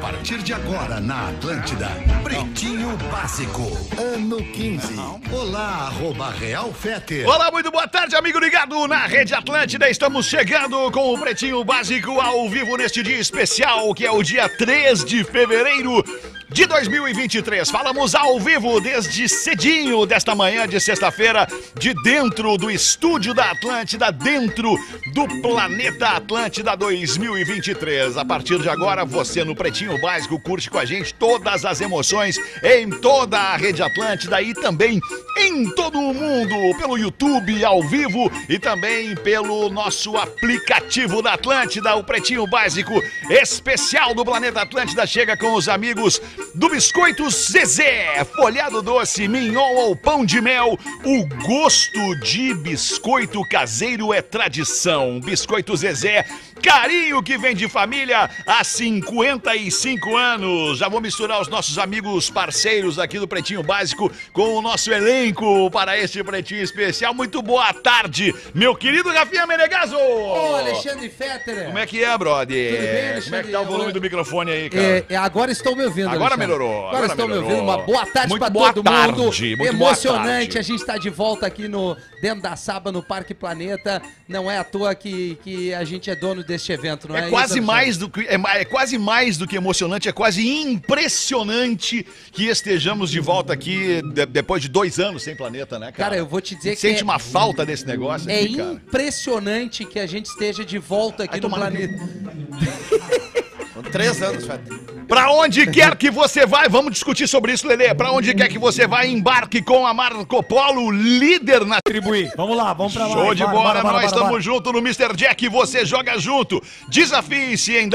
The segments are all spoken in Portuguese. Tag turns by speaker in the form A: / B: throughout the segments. A: partir de agora na Atlântida. Pretinho Básico, ano 15. Olá, arroba Real Feter.
B: Olá, muito boa tarde, amigo ligado na Rede Atlântida. Estamos chegando com o Pretinho Básico ao vivo neste dia especial, que é o dia 3 de fevereiro de 2023. Falamos ao vivo desde cedinho desta manhã de sexta-feira, de dentro do estúdio da Atlântida, dentro do planeta Atlântida 2023. A partir de agora, você no Pretinho Básico curte com a gente todas as emoções em toda a Rede Atlântida e também em todo o mundo, pelo YouTube ao vivo e também pelo nosso aplicativo da Atlântida, o Pretinho Básico especial do planeta Atlântida chega com os amigos do Biscoito Zezé, folhado doce, mignon ou pão de mel, o gosto de biscoito caseiro é tradição. Biscoito Zezé, carinho que vem de família há 55 anos. Já vou misturar os nossos amigos parceiros aqui do Pretinho Básico com o nosso elenco para este Pretinho Especial. Muito boa tarde, meu querido Rafinha Menegaso!
C: Ô, Alexandre Fetterer!
B: Como é que é, brother?
C: Tudo bem,
B: Como é que
C: Alexandre?
B: tá o volume
C: Eu-
B: do microfone aí, cara?
C: É, é, agora estão me ouvindo.
B: tá? Agora
C: Alexandre.
B: melhorou,
C: Agora,
B: agora
C: estão
B: melhorou.
C: me ouvindo. Uma boa tarde
B: Muito
C: para
B: boa
C: todo
B: tarde,
C: mundo.
B: muito boa
C: Emocionante.
B: tarde.
C: a gente está de volta aqui no dentro da Saba no Parque Planeta. Não é à toa que, que a gente é dono deste evento, não é?
B: É
C: isso,
B: quase
C: Alexandre?
B: mais do que é, ma- é quase mais do que emocionante, é quase impressionante que estejamos de volta aqui de- depois de dois anos sem planeta, né, cara?
C: Cara, eu vou te dizer que
B: sente
C: é-
B: uma falta desse negócio
C: É
B: aqui, cara.
C: impressionante que a gente esteja de volta
B: Vai
C: aqui no
B: tomar no
C: planeta.
D: Três anos, Fetter.
B: Pra onde quer que você vai, vamos discutir sobre isso, Lelê. Pra onde quer que você vai, embarque com a Marco Polo, líder na
E: Distribuir. Vamos lá, vamos pra lá.
B: Show de bola,
E: Bora, bora, bora,
B: nós
E: bora,
B: estamos
E: bora.
B: junto no Mr. Jack, você joga junto. Desafie-se em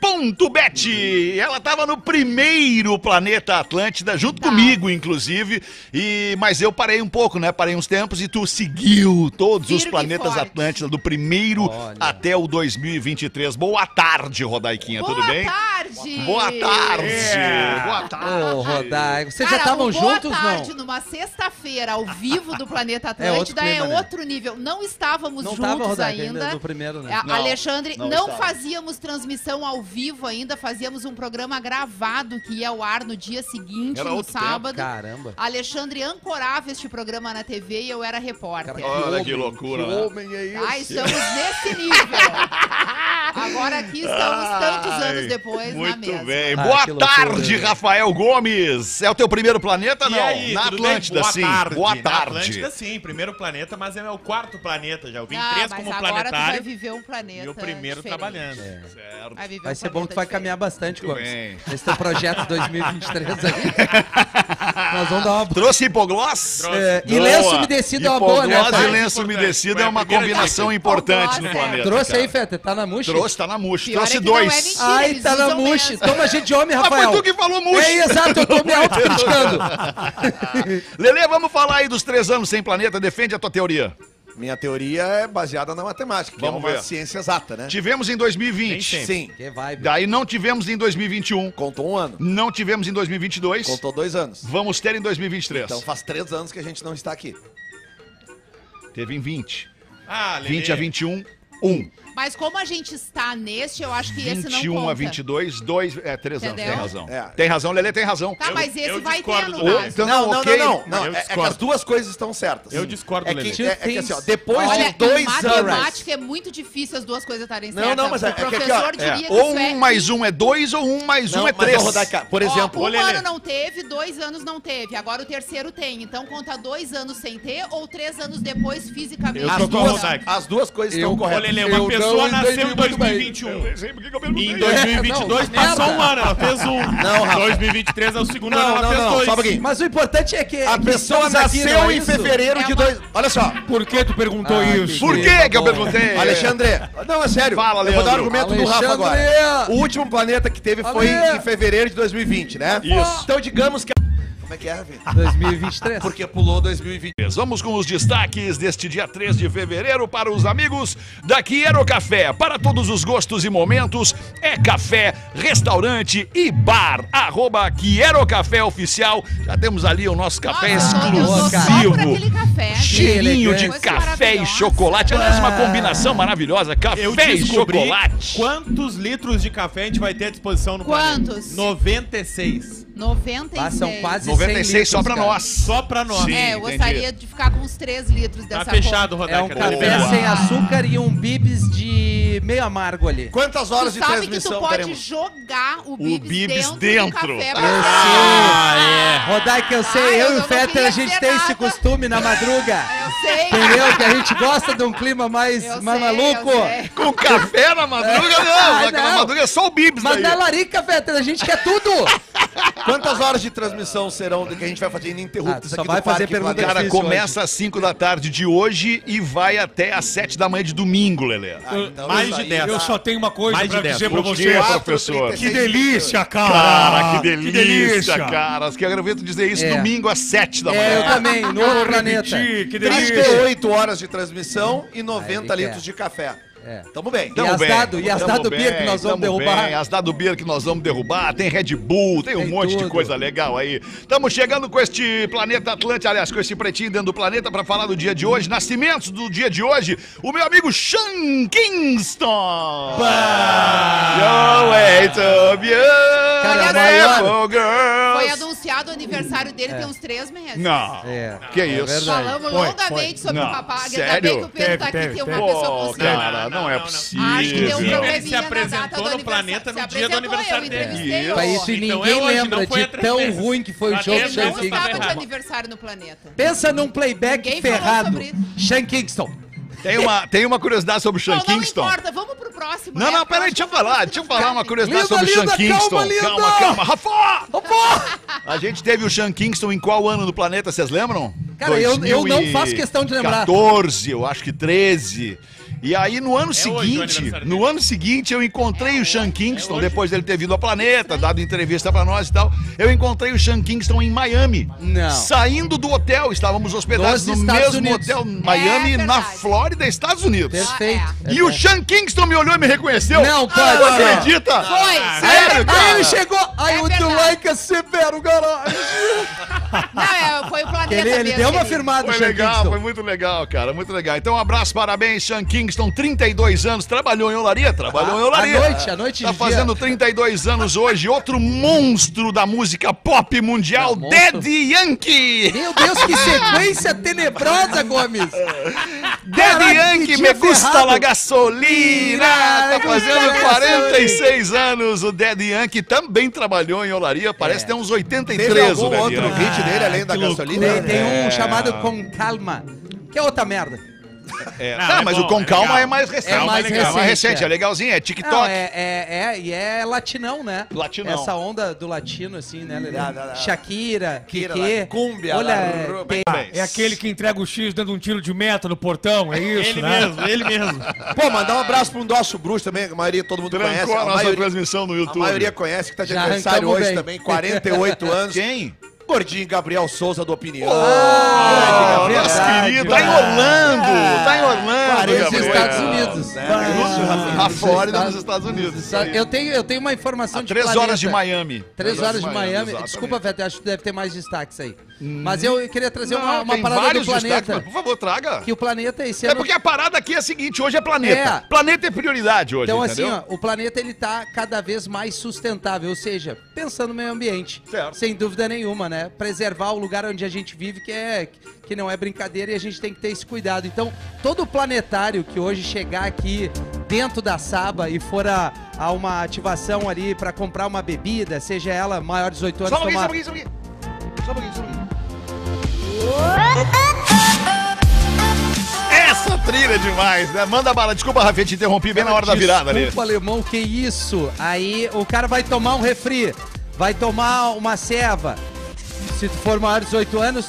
B: www.mrjack.bet. Ela estava no primeiro Planeta Atlântida,
D: Tá.
B: junto comigo, inclusive. E Mas eu parei um pouco, né? Parei uns tempos e tu seguiu todos os
F: Firme e
B: Planetas
F: forte.
B: Atlântida, do primeiro até o 2023. Boa tarde, Rodaiquinha, É tudo bem?
F: Boa tarde!
B: Boa tarde! Boa tarde!
C: É. Ô, Rodaico. Vocês já
F: Cara,
C: estavam
F: o boa
C: juntos,
F: tarde
C: não?
F: numa sexta-feira ao vivo do Planeta
C: É outro
F: Atlântida é,
C: clima, né?
F: outro nível. Não estávamos
C: Não tava,
F: juntos
C: Rodaico, ainda
F: ainda.
C: no primeiro, né?
F: A-
D: Não,
F: Alexandre, não,
D: não estava.
F: fazíamos transmissão ao vivo ainda, fazíamos um programa gravado que ia ao ar no dia seguinte,
B: Era
F: no
B: outro tempo,
F: sábado.
C: Caramba.
F: Alexandre ancorava este programa na TV e eu era repórter.
C: Cara,
B: Olha que loucura, né?
F: Ah, estamos nesse nível. Agora aqui estamos tantos
B: Ai,
F: anos depois
B: Ah, Muito
F: na mesa.
B: bem.
C: Ah,
B: Boa
C: que loucura,
B: tarde,
C: né?
B: Rafael Gomes. É o teu primeiro planeta, não?
G: E aí,
B: Na
G: tudo bem?
B: Atlântida,
G: Boa
B: sim.
G: Tarde.
B: Boa
G: Na
B: tarde.
G: Atlântida, sim. Primeiro planeta, mas é o quarto planeta já. Eu vim
F: Ah,
G: três
F: mas
G: como
F: agora tu vai
G: planetário
F: viver um planeta
G: e o primeiro tá
F: diferente.
G: trabalhando. Certo.
F: Vai, viver
C: Vai
F: um
C: ser bom que
F: planeta
C: tu vai
F: diferente.
C: caminhar bastante,
B: Muito
C: Gomes.
B: bem.
C: Esse teu projeto 2023 aí. Nós vamos dar uma boa.
B: Trouxe hipogloss?
G: Trouxe.
C: É, e
B: Boa.
C: lenço umedecido é uma boa, né?
B: Hipogloss e
C: pai?
B: lenço
G: Importante.
B: umedecido
G: Foi
B: é
G: a
B: uma
G: primeira
B: combinação
G: dica.
B: importante no
F: Hipogloss, é.
B: planeta.
C: Trouxe aí,
B: cara.
C: Feta. Tá na murcha?
B: Trouxe, tá na murcha.
F: Pior
B: Trouxe
F: é que não é
B: dois.
F: mentira,
C: Ai,
F: eles
C: tá na
F: usam
C: murcha.
F: mesmo.
C: Toma gente de homem,
B: Ah,
C: Rafael.
B: foi tu que falou murcha.
C: É, exato. Eu tô me autocriticando.
B: Lele, vamos falar aí dos três anos sem planeta. Defende a tua teoria.
D: Minha teoria é baseada na matemática, que
B: Vamos
D: é uma
B: ver.
D: ciência exata, né?
B: Tivemos em 2020.
D: Sim.
C: Que vibe.
B: Daí não tivemos em 2021.
D: Contou um ano.
B: Não tivemos em 2022.
D: Contou dois anos.
B: Vamos ter em 2023.
D: Então faz três anos que a gente não está aqui.
B: Teve em 20.
G: Ah,
F: É.
G: Lelê.
B: 20 a 21, 1.
F: Mas como a gente está neste, eu acho que esse não
B: 21
F: conta.
B: a 22, 2, é 3 anos. Tem
F: Entendeu?
B: razão.
D: É.
B: Tem razão, Lelê, tem razão.
F: Tá,
G: Eu-
F: mas esse
G: eu
F: vai ter
G: discordo
F: no
G: do
F: caso.
G: Lázaro.
B: então, ok.
D: não, não, não.
G: Eu
D: É, é
B: um
D: que
G: discordo.
D: as duas coisas estão certas.
G: Eu discordo,
D: é que,
G: Lelê.
D: é, é que assim, ó, depois
F: Olha,
D: de dois
F: em
D: anos...
F: matemática é muito difícil as duas coisas estarem
D: Não,
F: certas.
D: não, mas
F: o
D: é- é que aqui, ó,
F: professor
D: é,
F: diria que
B: Ou
F: isso é...
B: 1 mais 1 é 2, ou 1 mais 1 é
D: mas, ô,
B: 3.
D: Rodaica, por exemplo...
F: Ó, um
G: Ô, Lelê.
F: ano não teve, dois anos não teve. Agora o terceiro tem. Então conta dois anos sem ter ou três anos depois fisicamente.
G: Eu tô
D: As
G: com a
D: duas,
G: Rodaica.
D: as duas coisas estão
G: Ô,
D: corretas.
G: Lelê, uma
E: Eu
G: pessoa
E: não
G: nasceu
E: entendi
G: em
E: muito bem.
G: 2021.
B: sei porque que eu
G: E em
B: perguntei.
G: 2022
C: não,
G: passou
C: merda.
G: um ano, ela fez um.
D: Não, Rafa.
G: 2023 é o segundo ano,
D: Não,
G: ela
D: não,
G: fez
D: não,
G: dois.
D: só um pouquinho.
C: Mas o importante é que.
D: A
C: que
D: pessoa
C: estamos aqui,
D: nasceu
C: não é
D: em
C: isso?
D: fevereiro
F: É
D: de
F: uma-
D: dois... Olha só,
E: Por que tu perguntou
C: Ah,
E: isso?
B: Por que que eu perguntei?
D: Alexandre, não, é sério.
B: Fala,
D: eu vou dar o
B: Leandro.
D: argumento do Rafa
C: Alexandre!
D: agora. O último planeta que teve foi
C: Alê!
D: em fevereiro de 2020, né?
B: Isso.
D: Então, digamos que Como é que é, velho?
C: 2023.
D: Porque pulou 2020.
B: Vamos com os destaques deste dia 3 de fevereiro para os amigos da Quiero Café. Para todos os gostos e momentos, é café, restaurante e bar. Arroba Quiero Café Oficial. Já temos ali o nosso café
F: Nossa, eu tô só por
B: exclusivo.
F: aquele café.
B: Cheirinho de
F: Coisa
B: café e
F: maravilhosa.
B: chocolate. Aliás, uma combinação maravilhosa.
G: Eu
B: Café e
G: descobri
B: chocolate.
G: quantos litros de café a gente vai ter à disposição no
F: Quantos?
G: planeta. 96.
F: 96.
C: Ah, são quase 100
B: 96 só
C: litros,
B: pra
C: cara.
B: nós.
G: Só pra nós.
B: Sim.
F: É, eu
B: entendi.
F: gostaria de ficar com uns 3 litros dessa
G: Tá fechado,
F: conta.
G: Rodaica.
C: É um
G: tá
C: café
G: liberado.
C: sem açúcar e um bibis de meio amargo ali.
D: Quantas
F: Tu
D: horas de
F: sabe que tu
D: transmissão
F: pode
D: teremos?
F: jogar o Bibis,
B: Bibis
F: dentro,
B: dentro.
F: do café.
C: Eu
F: pra-
B: Ah, é.
C: sei. Rodaica, eu sei,
F: Ah, eu
C: eu, e o
F: não queria
C: Fetter, a gente
F: ver
C: tem esse
F: nada.
C: costume na madruga.
F: Eu sei.
C: Entendeu? Que a gente gosta de um clima mais,
F: Eu
C: mais
F: sei,
C: maluco.
F: eu sei.
B: Com café na madruga,
C: Ah,
B: não. Na
C: não.
B: madruga é só o Bibs
C: Mas
B: daí.
C: na larica, Fetter, a gente quer tudo.
D: Quantas horas de transmissão serão que a gente vai fazer ininterruptas
C: Ah, só
D: aqui
C: vai
D: do Parque
C: fazer pergunta
D: Planeta?
B: Cara,
C: difícil
B: começa às 5 da tarde de hoje e vai até às 7 da manhã de domingo, Lelê.
D: Ah,
E: Uh,
D: então
G: Mais
D: isso
G: de
D: aí
G: 10.
E: Eu
D: tá-
E: só tenho uma coisa
G: Mais de
E: pra
G: dez.
E: dizer pra
B: O
E: você.
B: que, é, professor?
E: Que delícia,
B: Cara,
E: cara!
B: Ah, que delícia, cara. Acho Que eu agradeço dizer isso
C: É.
B: domingo às 7 da
C: É, eu
B: manhã.
C: também, no outro planeta.
E: Repetir, que delícia!
D: 38 horas de transmissão e 90
C: ele
D: litros
C: quer.
D: de café.
C: É.
D: Tamo bem.
C: E as dado- e as dado beer que nós vamos derrubar.
B: As dado beer que nós vamos derrubar. Tem Red Bull, tem um
C: Tem
B: monte de
C: tudo.
B: coisa legal aí. Estamos chegando com este planeta Atlântico, aliás, com esse pretinho dentro do planeta para falar do dia de hoje, nascimentos do dia de hoje, o meu amigo Sean Kingston. Your way to be
C: Cara,
B: beautiful,
C: maior-
F: Foi
B: girls.
F: anunciado o aniversário dele tem uns 3 meses.
B: Não.
C: É.
B: Que isso?
C: verdade.
F: Falamos
E: Foi,
F: longamente sobre
B: Não,
F: o papai. Ainda
B: sério?
F: bem que o Pedro tá aqui,
E: Teve,
F: tem uma
E: teve,
F: pessoa
B: Pô,
F: consciente.
B: cara, não é possível.
F: Acho que deu um
G: Ele
F: probleminha
G: se
F: na
G: apresentou
F: data do
G: no
F: aniversário.
G: planeta no
F: Se
G: dia do
F: apresentou,
G: aniversário
F: eu
G: dele.
F: entrevistei,
B: Isso.
F: ó.
C: Mas isso
G: Então
C: ninguém
G: é hoje, não
C: lembra
G: foi há
C: de
G: três
C: tão
G: meses.
C: ruim que foi o
G: Há
C: show do
G: três
C: Sean
G: meses
F: Não estava
G: errado.
F: de
C: Kingston.
F: aniversário no planeta.
C: Pensa num playback
F: Ninguém falou
C: ferrado.
F: sobre
C: Sean Kingston.
B: Tem uma, tem uma curiosidade sobre o Sean
F: Não, não
B: Kingston.
F: importa, vamos pro próximo.
B: Não,
F: né?
B: não, peraí, deixa eu falar. Deixa eu falar uma curiosidade
C: Linda,
B: sobre o um Sean
C: linda,
B: Kingston.
C: calma, linda.
B: calma, calma. Rafa!
C: Ô, porra!
B: A gente teve o Sean Kingston em qual ano do planeta, vocês lembram?
C: Cara, eu- eu não faço questão de lembrar.
B: 14, eu acho que 13. E aí, no ano
G: hoje o
B: seguinte,
G: aniversário
B: no
G: dele.
B: ano seguinte, eu encontrei o Sean Kingston,
G: hoje.
B: depois dele ter vindo ao planeta, dado entrevista pra nós e tal. Eu encontrei o Sean Kingston em Miami.
C: Não.
B: Saindo do hotel, estávamos hospedados
C: Nos
B: no
C: Estados
B: mesmo
C: Unidos.
B: hotel Miami,
F: É
B: na
F: verdade.
B: Flórida, Estados Unidos.
C: Perfeito.
B: E o Sean Kingston me olhou e me reconheceu.
C: É Não, pode.
B: Ah, não acredita?
F: Foi,
B: Sério,
C: tá Aí ele
B: Ah, é, cara?
C: chegou. Aí
F: É
C: o do
F: verdade.
C: like a severo, garoto.
F: Não, é, foi o planeta
C: Ele, ele
F: mesmo,
C: deu uma
F: querido.
C: firmada,
B: Foi
C: Sean
B: legal,
C: Kingston.
B: foi muito legal, cara, muito legal. Então, um abraço, parabéns, Sean Kingston, 32 anos, trabalhou em Olaria, trabalhou em
C: Ah, À- à
B: Olaria.
C: noite, à noite
B: Tá
C: de
B: fazendo 32 anos hoje, outro monstro da música pop mundial,
C: Não, monstro.
B: Daddy Yankee.
C: Meu Deus, que sequência tenebrosa, Gomes.
B: Daddy
C: Caralho, que
B: Yankee,
C: dia
B: me gusta
C: ferrado.
B: la gasolina.
C: Me
B: Tá
C: gusta
B: fazendo
C: la
B: 46 anos, o Daddy Yankee também trabalhou em Olaria, parece
C: É.
B: ter uns
D: Teve
B: 83, o
D: algum
B: Daddy
D: outro
B: Yankee.
D: hit
C: Ah,
D: dele além da gasolina?
C: Tem, tem
D: É.
C: um chamado Com Calma, que é outra merda.
B: É.
G: Não,
B: Tá,
G: é
B: mas
G: bom,
B: o Com
G: é
B: Calma
G: legal.
B: é mais recente.
C: É mais
B: legal,
C: recente,
B: recente, é.
C: é.
B: legalzinho, é TikTok.
C: Não, é, é, é, e é latinão, né?
B: Latinão.
C: Essa onda do latino, assim, né? Lelê?
D: Da, da, da.
C: Shakira,
D: Shakira,
C: Piqué.
D: lá, cumbia,
C: Olha,
D: lá,
C: é,
D: ru-
C: tem-
E: É aquele que entrega o X dentro de um tiro de meta no portão, é isso,
G: Ele
E: né?
G: mesmo, ele mesmo.
D: Pô, mandar um abraço pro nosso bruxo também, que a maioria todo mundo
B: Trancou
D: conhece.
B: a nossa
D: maioria,
B: transmissão no
D: a
B: YouTube.
D: maioria conhece, que tá de
C: Já
D: aniversário
C: arrancamos
D: hoje
C: bem.
D: também, 48 anos.
B: Quem?
D: Gordinho Gabriel Souza do Opinião.
B: Ah,
C: Gabriel.
B: nosso
C: Verdade,
B: querido. Tá em Orlando. Tá em Orlando,
D: Parece
C: Nos
B: Gabriel.
C: Estados Unidos.
D: né?
C: Vai.
B: A Flórida nos
C: Estados-
B: Estados Unidos. Tá
C: Só- Eu tenho, eu tenho uma informação de
B: Três
C: planeta.
B: horas de Miami.
C: Três horas de Miami.
B: exatamente.
C: Desculpa, Veto, acho que deve ter mais destaques aí.
D: Hum.
C: Mas eu queria trazer
B: Não,
C: é uma, uma
B: tem
C: parada do
B: vários destaques,
C: planeta.
B: mas por favor, traga.
C: Que o planeta esse
B: É
C: ano
B: porque a parada aqui é a seguinte, hoje é planeta.
C: É.
B: Planeta é prioridade hoje,
C: Então,
B: entendeu?
C: assim, ó, o planeta ele tá cada vez mais sustentável, ou seja, pensando no meio ambiente.
B: Certo.
C: Sem dúvida nenhuma, né? Preservar o lugar onde a gente vive, que, é, que não é brincadeira, e a gente tem que ter esse cuidado. Então, todo planetário que hoje chegar aqui dentro da Saba e for a, a uma ativação ali pra comprar uma bebida, seja ela maior de 18
B: Só
C: anos,
B: um pouquinho, só um pouquinho, só
C: tomar-
B: um pouquinho. Só um pouquinho, só um pouquinho. Essa trilha é demais, né? Manda bala. Desculpa, Rafinha, te interrompi bem na hora da virada ali.
C: Desculpa, alemão, que isso? Aí o cara vai tomar um refri, vai tomar uma ceva. Se tu for maior de 18 anos,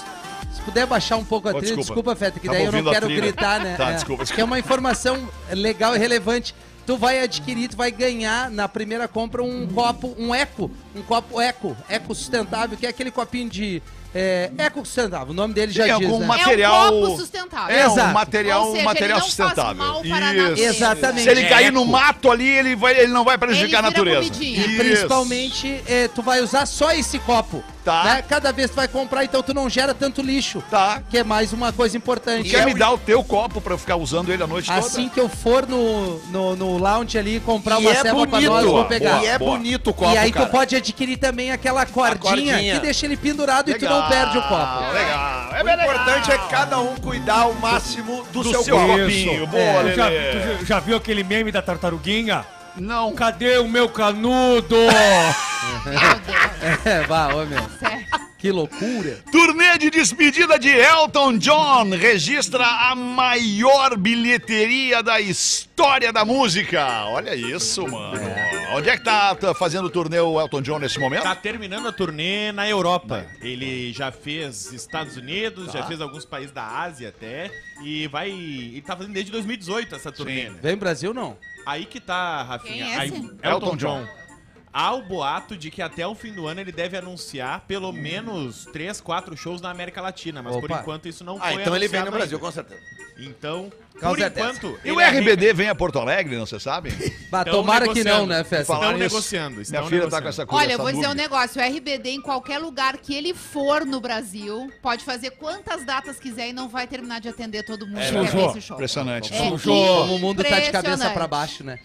C: se puder baixar um pouco a
B: Ô,
C: trilha,
B: desculpa.
C: desculpa, Feta, que
B: Tava
C: daí eu não
B: ouvindo a
C: quero
B: trilha.
C: gritar, né?
B: Tá,
C: É,
B: desculpa, desculpa.
C: Que é uma informação legal e relevante. tu vai adquirir, tu vai ganhar na primeira compra um copo, um eco, um copo eco, eco sustentável, que é aquele copinho de é, eco sustentável. O nome dele já
B: Tem
C: diz,
B: algum
C: né?
B: material-
F: É um copo sustentável.
B: É
C: Exato.
B: um material,
F: Ou seja,
B: material
F: ele não faz
B: sustentável.
F: mal para a natureza.
C: Exatamente.
B: Se ele
E: É
B: cair
E: eco.
B: no mato ali, ele, vai, ele não vai prejudicar
F: Ele
B: a
F: vira
B: natureza.
F: comidinha.
B: Isso.
C: Principalmente, eh, tu vai usar só esse copo.
B: Tá.
C: né? Cada vez tu vai comprar, então tu não gera tanto lixo.
B: Tá.
C: Que é mais uma coisa importante.
B: Quer me dar um o teu copo pra eu ficar usando ele a noite
C: é Assim
B: toda?
C: que eu for no, no, no lounge ali comprar
D: E
C: uma
D: é
C: ceva pra
D: bonito,
C: nós, eu vou
B: boa,
C: pegar.
D: e é
B: boa.
D: bonito o copo,
C: e aí
D: cara.
C: tu pode adquirir também aquela cordinha,
D: cordinha.
C: que deixa ele pendurado e tu não
B: Legal,
C: perde o copo.
B: Legal. É
D: O
B: bem
D: importante é
B: legal.
D: cada um cuidar o máximo do,
B: do
D: seu,
B: seu
D: corpo.
B: copinho. Boa,
C: É,
E: Tu já,
B: Lelê.
E: tu já- já viu aquele meme da tartaruguinha?
B: Não.
E: Cadê o meu canudo?
F: Meu Deus,
C: É, vá, ô meu.
F: sério.
C: Que loucura.
B: Turnê de despedida de Elton John registra a maior bilheteria da história da música. Olha isso, mano. Onde é que tá, tá fazendo o turnê o Elton John nesse momento?
G: Tá terminando a turnê na Europa. Ele já fez Estados Unidos,
D: Tá.
G: já fez alguns países da Ásia até. E vai. Ele tá fazendo desde 2018 essa turnê. né?
C: Vem Brasil, não.
G: Aí que tá, Rafinha.
F: Quem é
G: Aí-
F: esse?
G: Elton, John. Há o boato de que até o fim do ano ele deve anunciar pelo menos 3, 4 shows na América Latina, mas por
C: Opa.
G: enquanto isso não
D: Ah,
G: foi
D: então ele vem no
G: anunciado
D: Brasil,
G: ainda.
D: com certeza.
G: Então,
C: Com
G: por
C: certeza.
G: enquanto.
B: E o
G: ele é
B: RBD vem a Porto Alegre, não você sabe?
C: Bah,
G: Tão
C: tomara que
G: É um negociando.
C: não, né, Festa?
B: Falar
G: Estão
B: nisso,
G: negociando, estão
B: Minha filha tá
G: negociando.
B: com essa coisa.
F: Olha, eu
B: essa
F: vou dizer um
B: dúvida.
F: negócio. O RBD, em qualquer lugar que ele for no Brasil, pode fazer quantas datas quiser e não vai terminar de atender todo mundo que quer ver esse show.
B: É, Impressionante.
F: É
C: Como o mundo tá de cabeça
F: impressionante.
C: pra baixo, né?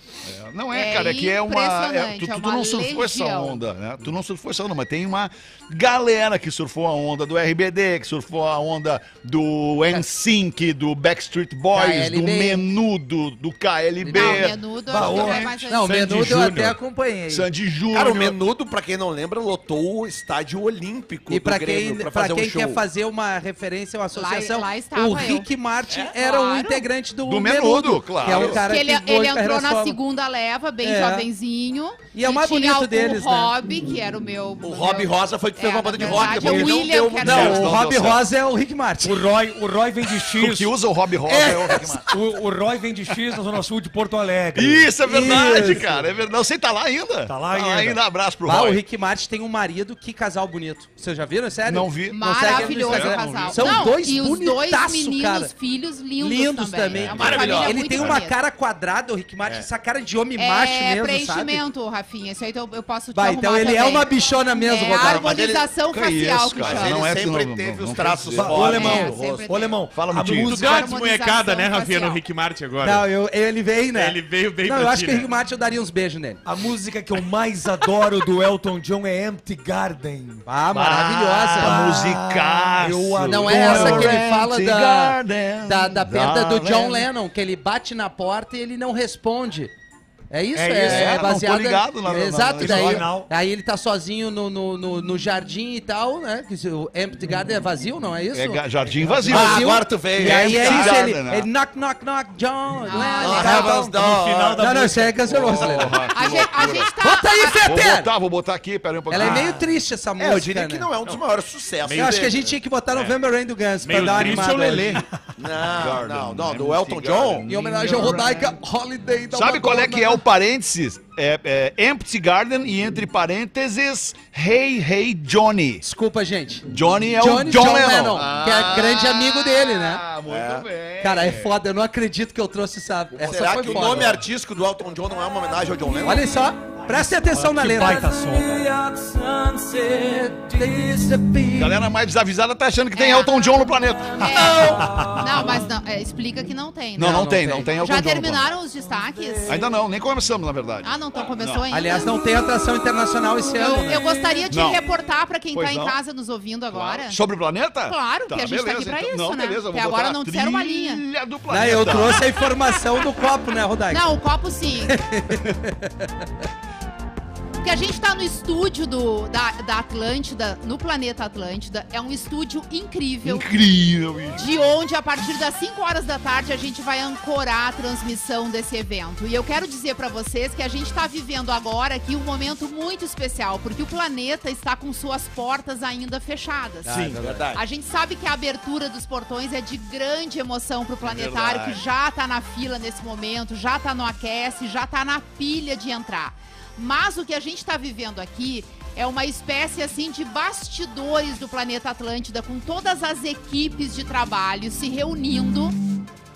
B: Não é,
F: É
B: cara, é que é uma. é-
F: impressionante,
B: tu,
F: é
B: tu
F: uma
B: não surfou essa
F: legião.
B: onda, né? Tu não surfou essa onda, mas tem uma galera que surfou a onda do RBD, que surfou a onda do NSYNC, do Backstreet Boys, do
C: KLB.
B: Menudo, do KLB,
F: Não, é menudo eu acho que vai mais
C: Não, o
E: Sandy
C: menudo eu
E: Júnior.
C: até acompanhei.
B: Sandy Júnior.
D: Cara, o Menudo, pra quem não lembra, lotou o estádio olímpico
C: E
D: do
C: pra
D: Grêmio
C: quem,
D: pra
C: pra
D: fazer um
C: quem
D: show.
C: quer fazer uma referência, uma associação,
F: lá estava
C: o
F: eu. É,
C: Rick Martin era um
F: claro.
C: integrante do,
B: Do Menudo, claro.
C: Que é um cara
F: Que
C: que,
F: ele,
C: foi
F: ele
C: pra
F: entrou na
C: Renação.
F: segunda leva, bem
C: É.
F: jovenzinho.
C: E é o mais
F: tinha
C: bonito
F: o
C: deles, né?
F: Rob, que era o meu...
D: O Rob
F: meu-
D: Rosa foi que fez
F: É,
D: uma banda de
F: na
D: rock,
F: verdade,
D: depois
F: é o
D: não
F: William
D: deu
F: que
D: muito
F: era
C: Não,
D: certo.
F: Deus,
C: o
B: não
C: Rob
B: deu certo.
C: Rosa é o Rick Martin.
E: O Roy, o Roy vem de
B: O
E: X.
B: que usa o Rob Rosa é, o Rick Martin.
E: O, o Roy vem de X na Zona Sul de Porto Alegre.
B: Isso, é verdade,
C: Isso.
B: cara. É verdade. Você tá lá ainda?
E: Tá lá ainda.
B: Abraço pro
C: Lá, o
B: Roy.
C: Rick Martin tem um marido, que casal bonito. Vocês já viram, sério?
B: Não vi.
F: Maravilhoso
C: Consegue no
F: o
C: Instagram.
F: casal.
C: São
F: Não,
C: dois
F: E os dois
C: bonitaço,
F: meninos,
C: cara.
F: filhos lindos,
C: Lindos também.
F: É uma
D: Maravilhoso.
F: família
C: Ele
F: muito
C: tem uma
F: bonita.
C: cara quadrada, o Rick Martin, essa cara de homem macho
F: É
C: mesmo, sabe?
F: preenchimento, Rafinha. Isso aí eu, eu posso te
C: Bah,
F: arrumar
C: então ele é
F: também.
C: uma bichona mesmo,
F: É
C: Rodaica.
D: mas ele-
F: harmonização
B: Que
F: facial
B: isso,
F: que
B: cara,
F: chama.
B: ele
D: Mas
B: não é
D: ele
B: que
D: sempre
B: não-
D: teve
B: não-
D: os
B: não
D: traços
B: quer dizer.
E: Ô,
D: fortes.
E: alemão,
F: É,
D: do rosto.
F: sempre-
E: ô, alemão,
B: Fala,
E: a
B: Mutinho.
E: música
G: Grandes
F: Harmonização
G: molecada, né, Rafinha,
F: facial.
G: no Rick Martin agora.
C: Não, eu, ele veio, né?
G: Ele veio bem
C: Não,
G: pra
C: eu acho
G: ti,
C: que o
G: né?
C: Rick Martin eu daria uns beijos nele.
E: A música que eu mais adoro do Elton John é Empty Garden.
C: Ah, maravilhosa.
B: musicaço.
E: eu adoro.
C: Não é essa que ele
B: Empty
C: fala da,
B: Garden.
C: da, da perda do John
B: Garden.
C: Lennon, que ele bate na porta e ele não responde. É isso,
E: É
C: é,
E: isso,
C: é
B: é, não tô
C: baseado.
B: ligado na- na-
C: Exato,
B: na-
C: daí.
E: original.
C: Aí ele tá sozinho no, no, no, no jardim e tal, né? Que se- o Empty Garden é vazio, não é isso?
B: É ga- jardim vazio.
D: Ah, agora tu veio.
C: E aí é
B: Empty
C: isso, ele,
B: Garden, né?
C: ele knock, knock, knock, John. Lennon, tá
F: Ah,
C: tal,
D: have
C: tal.
D: us done.
E: final da
C: Não, não, isso aí é canceroso, Lennon.
B: Porra,
F: A gente, a gente tá...
C: Bota aí,
B: Vou
C: Feter!
B: botar, vou botar aqui, peraí um pouquinho.
C: Ela é meio triste essa
D: É,
C: música.
D: eu diria que
C: né?
D: não é um dos maiores sucessos.
C: Eu acho que a gente tinha que botar November Rain do Guns pra
G: Meio
C: dar uma
G: triste
C: animada.
G: é o Lelê.
C: hoje.
D: Não, não, não.
B: Garden,
D: Do Elton
B: Empty
D: John?
B: Garden.
C: Em homenagem ao Rodaica Holiday da
B: Sabe qual é que é o
C: Madonna.
B: parênteses? É, é Empty Garden e entre parênteses, Hey Hey Johnny.
C: Desculpa, gente.
B: Johnny é
C: Johnny
B: o John,
C: John
B: Lennon.
C: Lennon, que é grande amigo dele, né?
B: Ah, muito bem.
C: Cara, é foda, eu não acredito que eu trouxe essa. essa
D: Será
C: foi
D: que o
C: foda.
D: nome é artístico do Elton John não é uma homenagem ao John Lennon?
C: Olha só, presta atenção na
E: Que
C: letra.
E: baita som, velho.
B: Galera mais desavisada tá achando que tem
F: É.
B: Elton John no planeta.
F: É, não, mas não, é, explica que não tem.
B: Não,
F: né?
B: não,
C: não
B: tem,
C: tem.
B: não tem Elton
F: Já
B: John. no planeta.
F: terminaram os destaques?
B: Ainda não, nem começamos, na verdade.
F: Ah, não, então começou ainda?
C: Aliás, não tem atração internacional esse
F: Eu,
C: ano. né?
F: eu gostaria de
B: Não.
F: reportar pra quem
B: Pois
F: tá em
B: não.
F: casa nos ouvindo agora.
B: Sobre o planeta?
F: Claro, que a gente tá aqui pra isso,
B: não,
F: né?
B: beleza, eu vou
F: Até agora
B: botar
F: não
B: a
F: disseram uma linha.
B: trilha do
C: Não,
B: planeta.
C: eu trouxe a né, informação do copo, né, Rodaica?
F: Não, o copo sim. Porque a gente tá no estúdio do, da, da Atlântida, no planeta Atlântida. É um estúdio incrível.
B: Incrível, bicho.
F: De onde, a partir das 5 horas da tarde, a gente vai ancorar a transmissão desse evento. E eu quero dizer pra vocês que a gente está vivendo agora aqui um momento muito especial, porque o planeta está com suas portas ainda fechadas.
D: Sim,
G: É
D: verdade.
F: A gente sabe que a abertura dos portões é de grande emoção pro planetário, que já tá na fila nesse momento, já tá no aquece, já tá na pilha de entrar. Mas o que a gente tá vivendo aqui é uma espécie assim de bastidores do planeta Atlântida, com todas as equipes de trabalho se reunindo.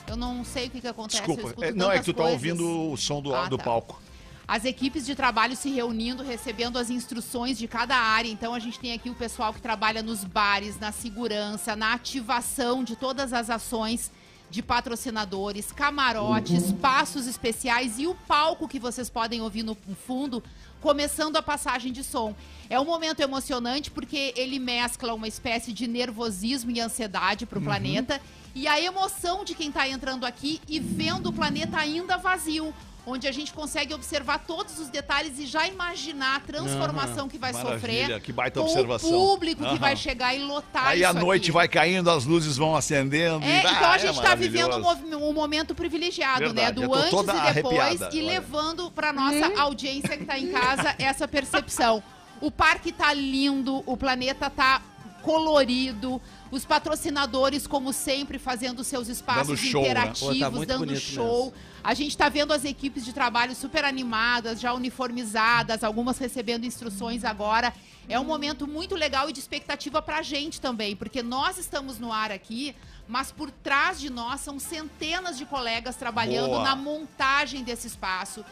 F: Eu não sei o que, que acontece. eu
B: Desculpa.
F: escuto
B: É, não, é que tu
F: tantas
B: tá
F: coisas.
B: ouvindo o som do,
F: Ah,
B: do
F: tá.
B: palco.
F: As equipes de trabalho se reunindo, recebendo as instruções de cada área. Então a gente tem aqui o pessoal que trabalha nos bares, na segurança, na ativação de todas as ações de patrocinadores, camarotes, passos especiais e o palco que vocês podem ouvir no fundo, começando a passagem de som. É um momento emocionante porque ele mescla uma espécie de nervosismo e ansiedade para o planeta e a emoção de quem tá entrando aqui e vendo o planeta ainda vazio, onde a gente consegue observar todos os detalhes e já imaginar a transformação que vai
B: Maravilha,
F: sofrer.
B: que baita
F: com
B: observação.
F: O público que
B: Aham.
F: vai chegar e lotar
B: Aí
F: Ah, isso
B: a noite
F: aqui.
B: vai caindo, as luzes vão acendendo.
F: É,
B: e-
F: então
B: Ah,
F: a
B: é
F: gente está vivendo um,
B: maravilhoso.
F: mov- um momento privilegiado,
B: Verdade,
F: né?
B: eu
F: Do
B: tô
F: antes
B: toda
F: e depois
B: arrepiada
F: e
B: agora.
F: levando para nossa audiência que está em casa essa percepção. O parque tá lindo, o planeta tá colorido, os patrocinadores, como sempre, fazendo seus
B: Dando
F: espaços
B: show, né?
F: interativos,
C: Pô, tá muito
F: dando
C: bonito
F: show. A gente tá vendo as equipes de trabalho super animadas, já uniformizadas, algumas recebendo instruções agora. É um momento muito legal e de expectativa pra gente também, porque nós estamos no ar aqui, mas por trás de nós são centenas de colegas trabalhando
B: Boa.
F: na montagem desse espaço.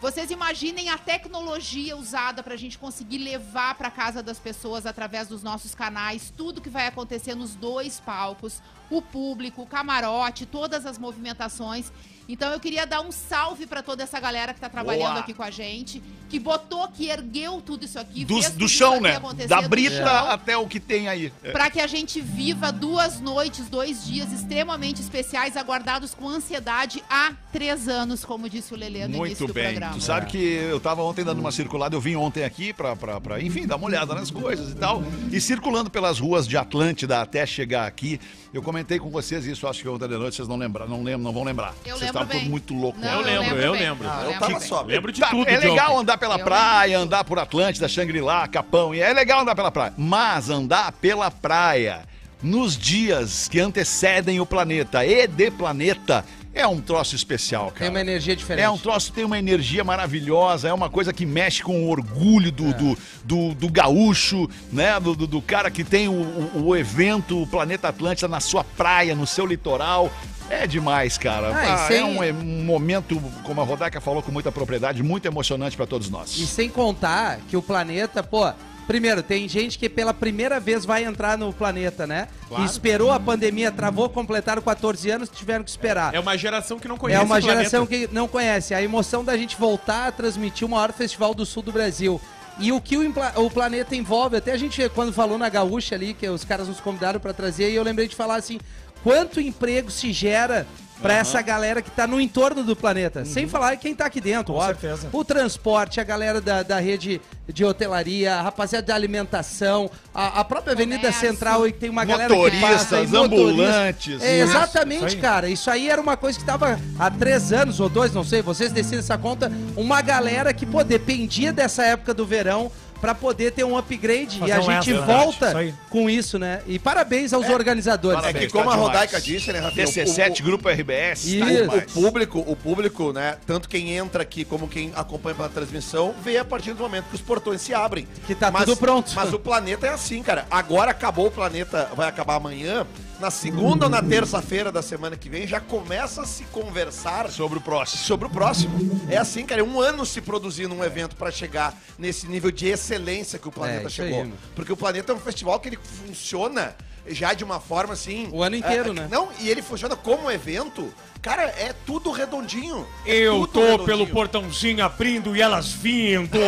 F: Vocês imaginem a tecnologia usada para a gente conseguir levar para casa das pessoas através dos nossos canais tudo que vai acontecer nos dois palcos, o público, o camarote, todas as movimentações. Então eu queria dar um salve para toda essa galera que tá trabalhando
B: Boa.
F: aqui com a gente, que botou, que ergueu tudo isso aqui,
B: Do,
F: fez
B: do
F: tudo isso
B: chão,
F: aqui
B: né?
F: acontecer
B: Da
F: do
B: brita
F: chão
B: até o que tem aí. É.
F: para que a gente viva duas noites, dois dias extremamente especiais, aguardados com ansiedade há três anos, como disse o Lelê no
B: Muito
F: início do
B: bem.
F: programa.
B: Tu sabe que eu tava ontem dando uma circulada, eu vim ontem aqui pra, pra, pra, enfim, dar uma olhada nas coisas e tal. E circulando pelas ruas de Atlântida até chegar aqui, eu comentei com vocês isso, acho que ontem de noite vocês não lembram, não lembram, não vão lembrar.
F: Eu
B: vocês
F: lembro
B: estavam tudo
F: bem.
B: muito louco.
F: Não,
B: né?
G: Eu lembro,
F: lembro
G: eu
F: bem.
G: lembro.
F: Ah,
D: Eu
F: lembro
D: tava
F: bem.
D: só.
G: Lembro de
B: Tá,
G: tudo.
B: é
G: de
B: legal
G: ontem.
B: andar pela
F: Eu
B: praia,
F: lembro.
B: andar por Atlântida, Xangri-Lá, Capão, e é legal andar pela praia. Mas andar pela praia nos dias que antecedem o planeta e de planeta é um troço especial, cara.
C: Tem uma energia diferente.
B: É um troço, tem uma energia maravilhosa, é uma coisa que mexe com o orgulho do,
C: É.
B: do, do, do gaúcho, né? Do, do- do cara que tem o, o- o evento, o Planeta Atlântida na sua praia, no seu litoral. É demais, cara.
C: Ah, e
B: Ah,
C: sem-
B: É um, é um momento, como a Rodaica falou com muita propriedade, muito emocionante pra todos
C: E
B: nós.
C: sem contar que o planeta, pô. Primeiro, tem gente que pela primeira vez vai entrar no planeta, né?
G: Claro.
C: E esperou a pandemia, travou, completaram 14 anos, tiveram que esperar.
G: É uma geração que não
C: É
G: conhece
C: uma
G: o planeta.
C: geração que não conhece. A emoção da gente voltar a transmitir o maior festival do sul do Brasil. E o que o, impla- o planeta envolve, até a gente, quando falou na Gaúcha ali, que os caras nos convidaram pra trazer, e eu lembrei de falar assim: quanto emprego se gera pra essa galera que tá no entorno do planeta? Sem falar quem tá aqui dentro,
E: Com
C: óbvio.
E: certeza.
C: O transporte, a galera da, da rede de hotelaria, a rapaziada da alimentação, a, a própria Avenida
F: Comércio.
C: Central, aí que tem uma galera que passa, e
B: Motoristas, ambulantes.
C: é,
B: isso.
C: exatamente,
E: isso aí.
C: cara. Isso aí era uma coisa que tava há três anos ou dois, não sei, vocês decidem essa conta. Uma galera que, pô, dependia dessa época do verão pra poder ter um upgrade.
E: Fazer
C: e a
E: um
C: gente
E: extra,
C: volta
E: verdade, isso aí.
C: com isso, né? E parabéns aos organizadores.
D: É
B: Parabéns,
D: que como
B: tá
D: a
B: demais.
D: Rodaica disse, né, Rafinha? o- o-
B: 17 Grupo RBS.
C: Isso.
D: O público, o público, né? Tanto quem entra aqui como quem acompanha pela transmissão, vê a partir do momento que os portões se abrem.
C: Que tá tudo pronto.
D: Mas o planeta é assim, cara. Agora acabou o planeta, vai acabar amanhã. Na segunda ou na terça-feira da semana que vem já começa a se conversar
B: Sobre o próximo.
D: sobre o próximo. É assim, cara, é um ano se produzindo um evento pra chegar nesse nível de excelência que o planeta
C: É, isso aí,
D: chegou.
C: mano.
D: Porque o planeta é um festival que ele funciona já de uma forma assim.
C: O ano inteiro, né?
D: Não, e ele funciona como evento. Cara, é tudo redondinho. É
E: Eu
D: tudo
E: tô
D: redondinho.
E: pelo portãozinho abrindo e elas vindo.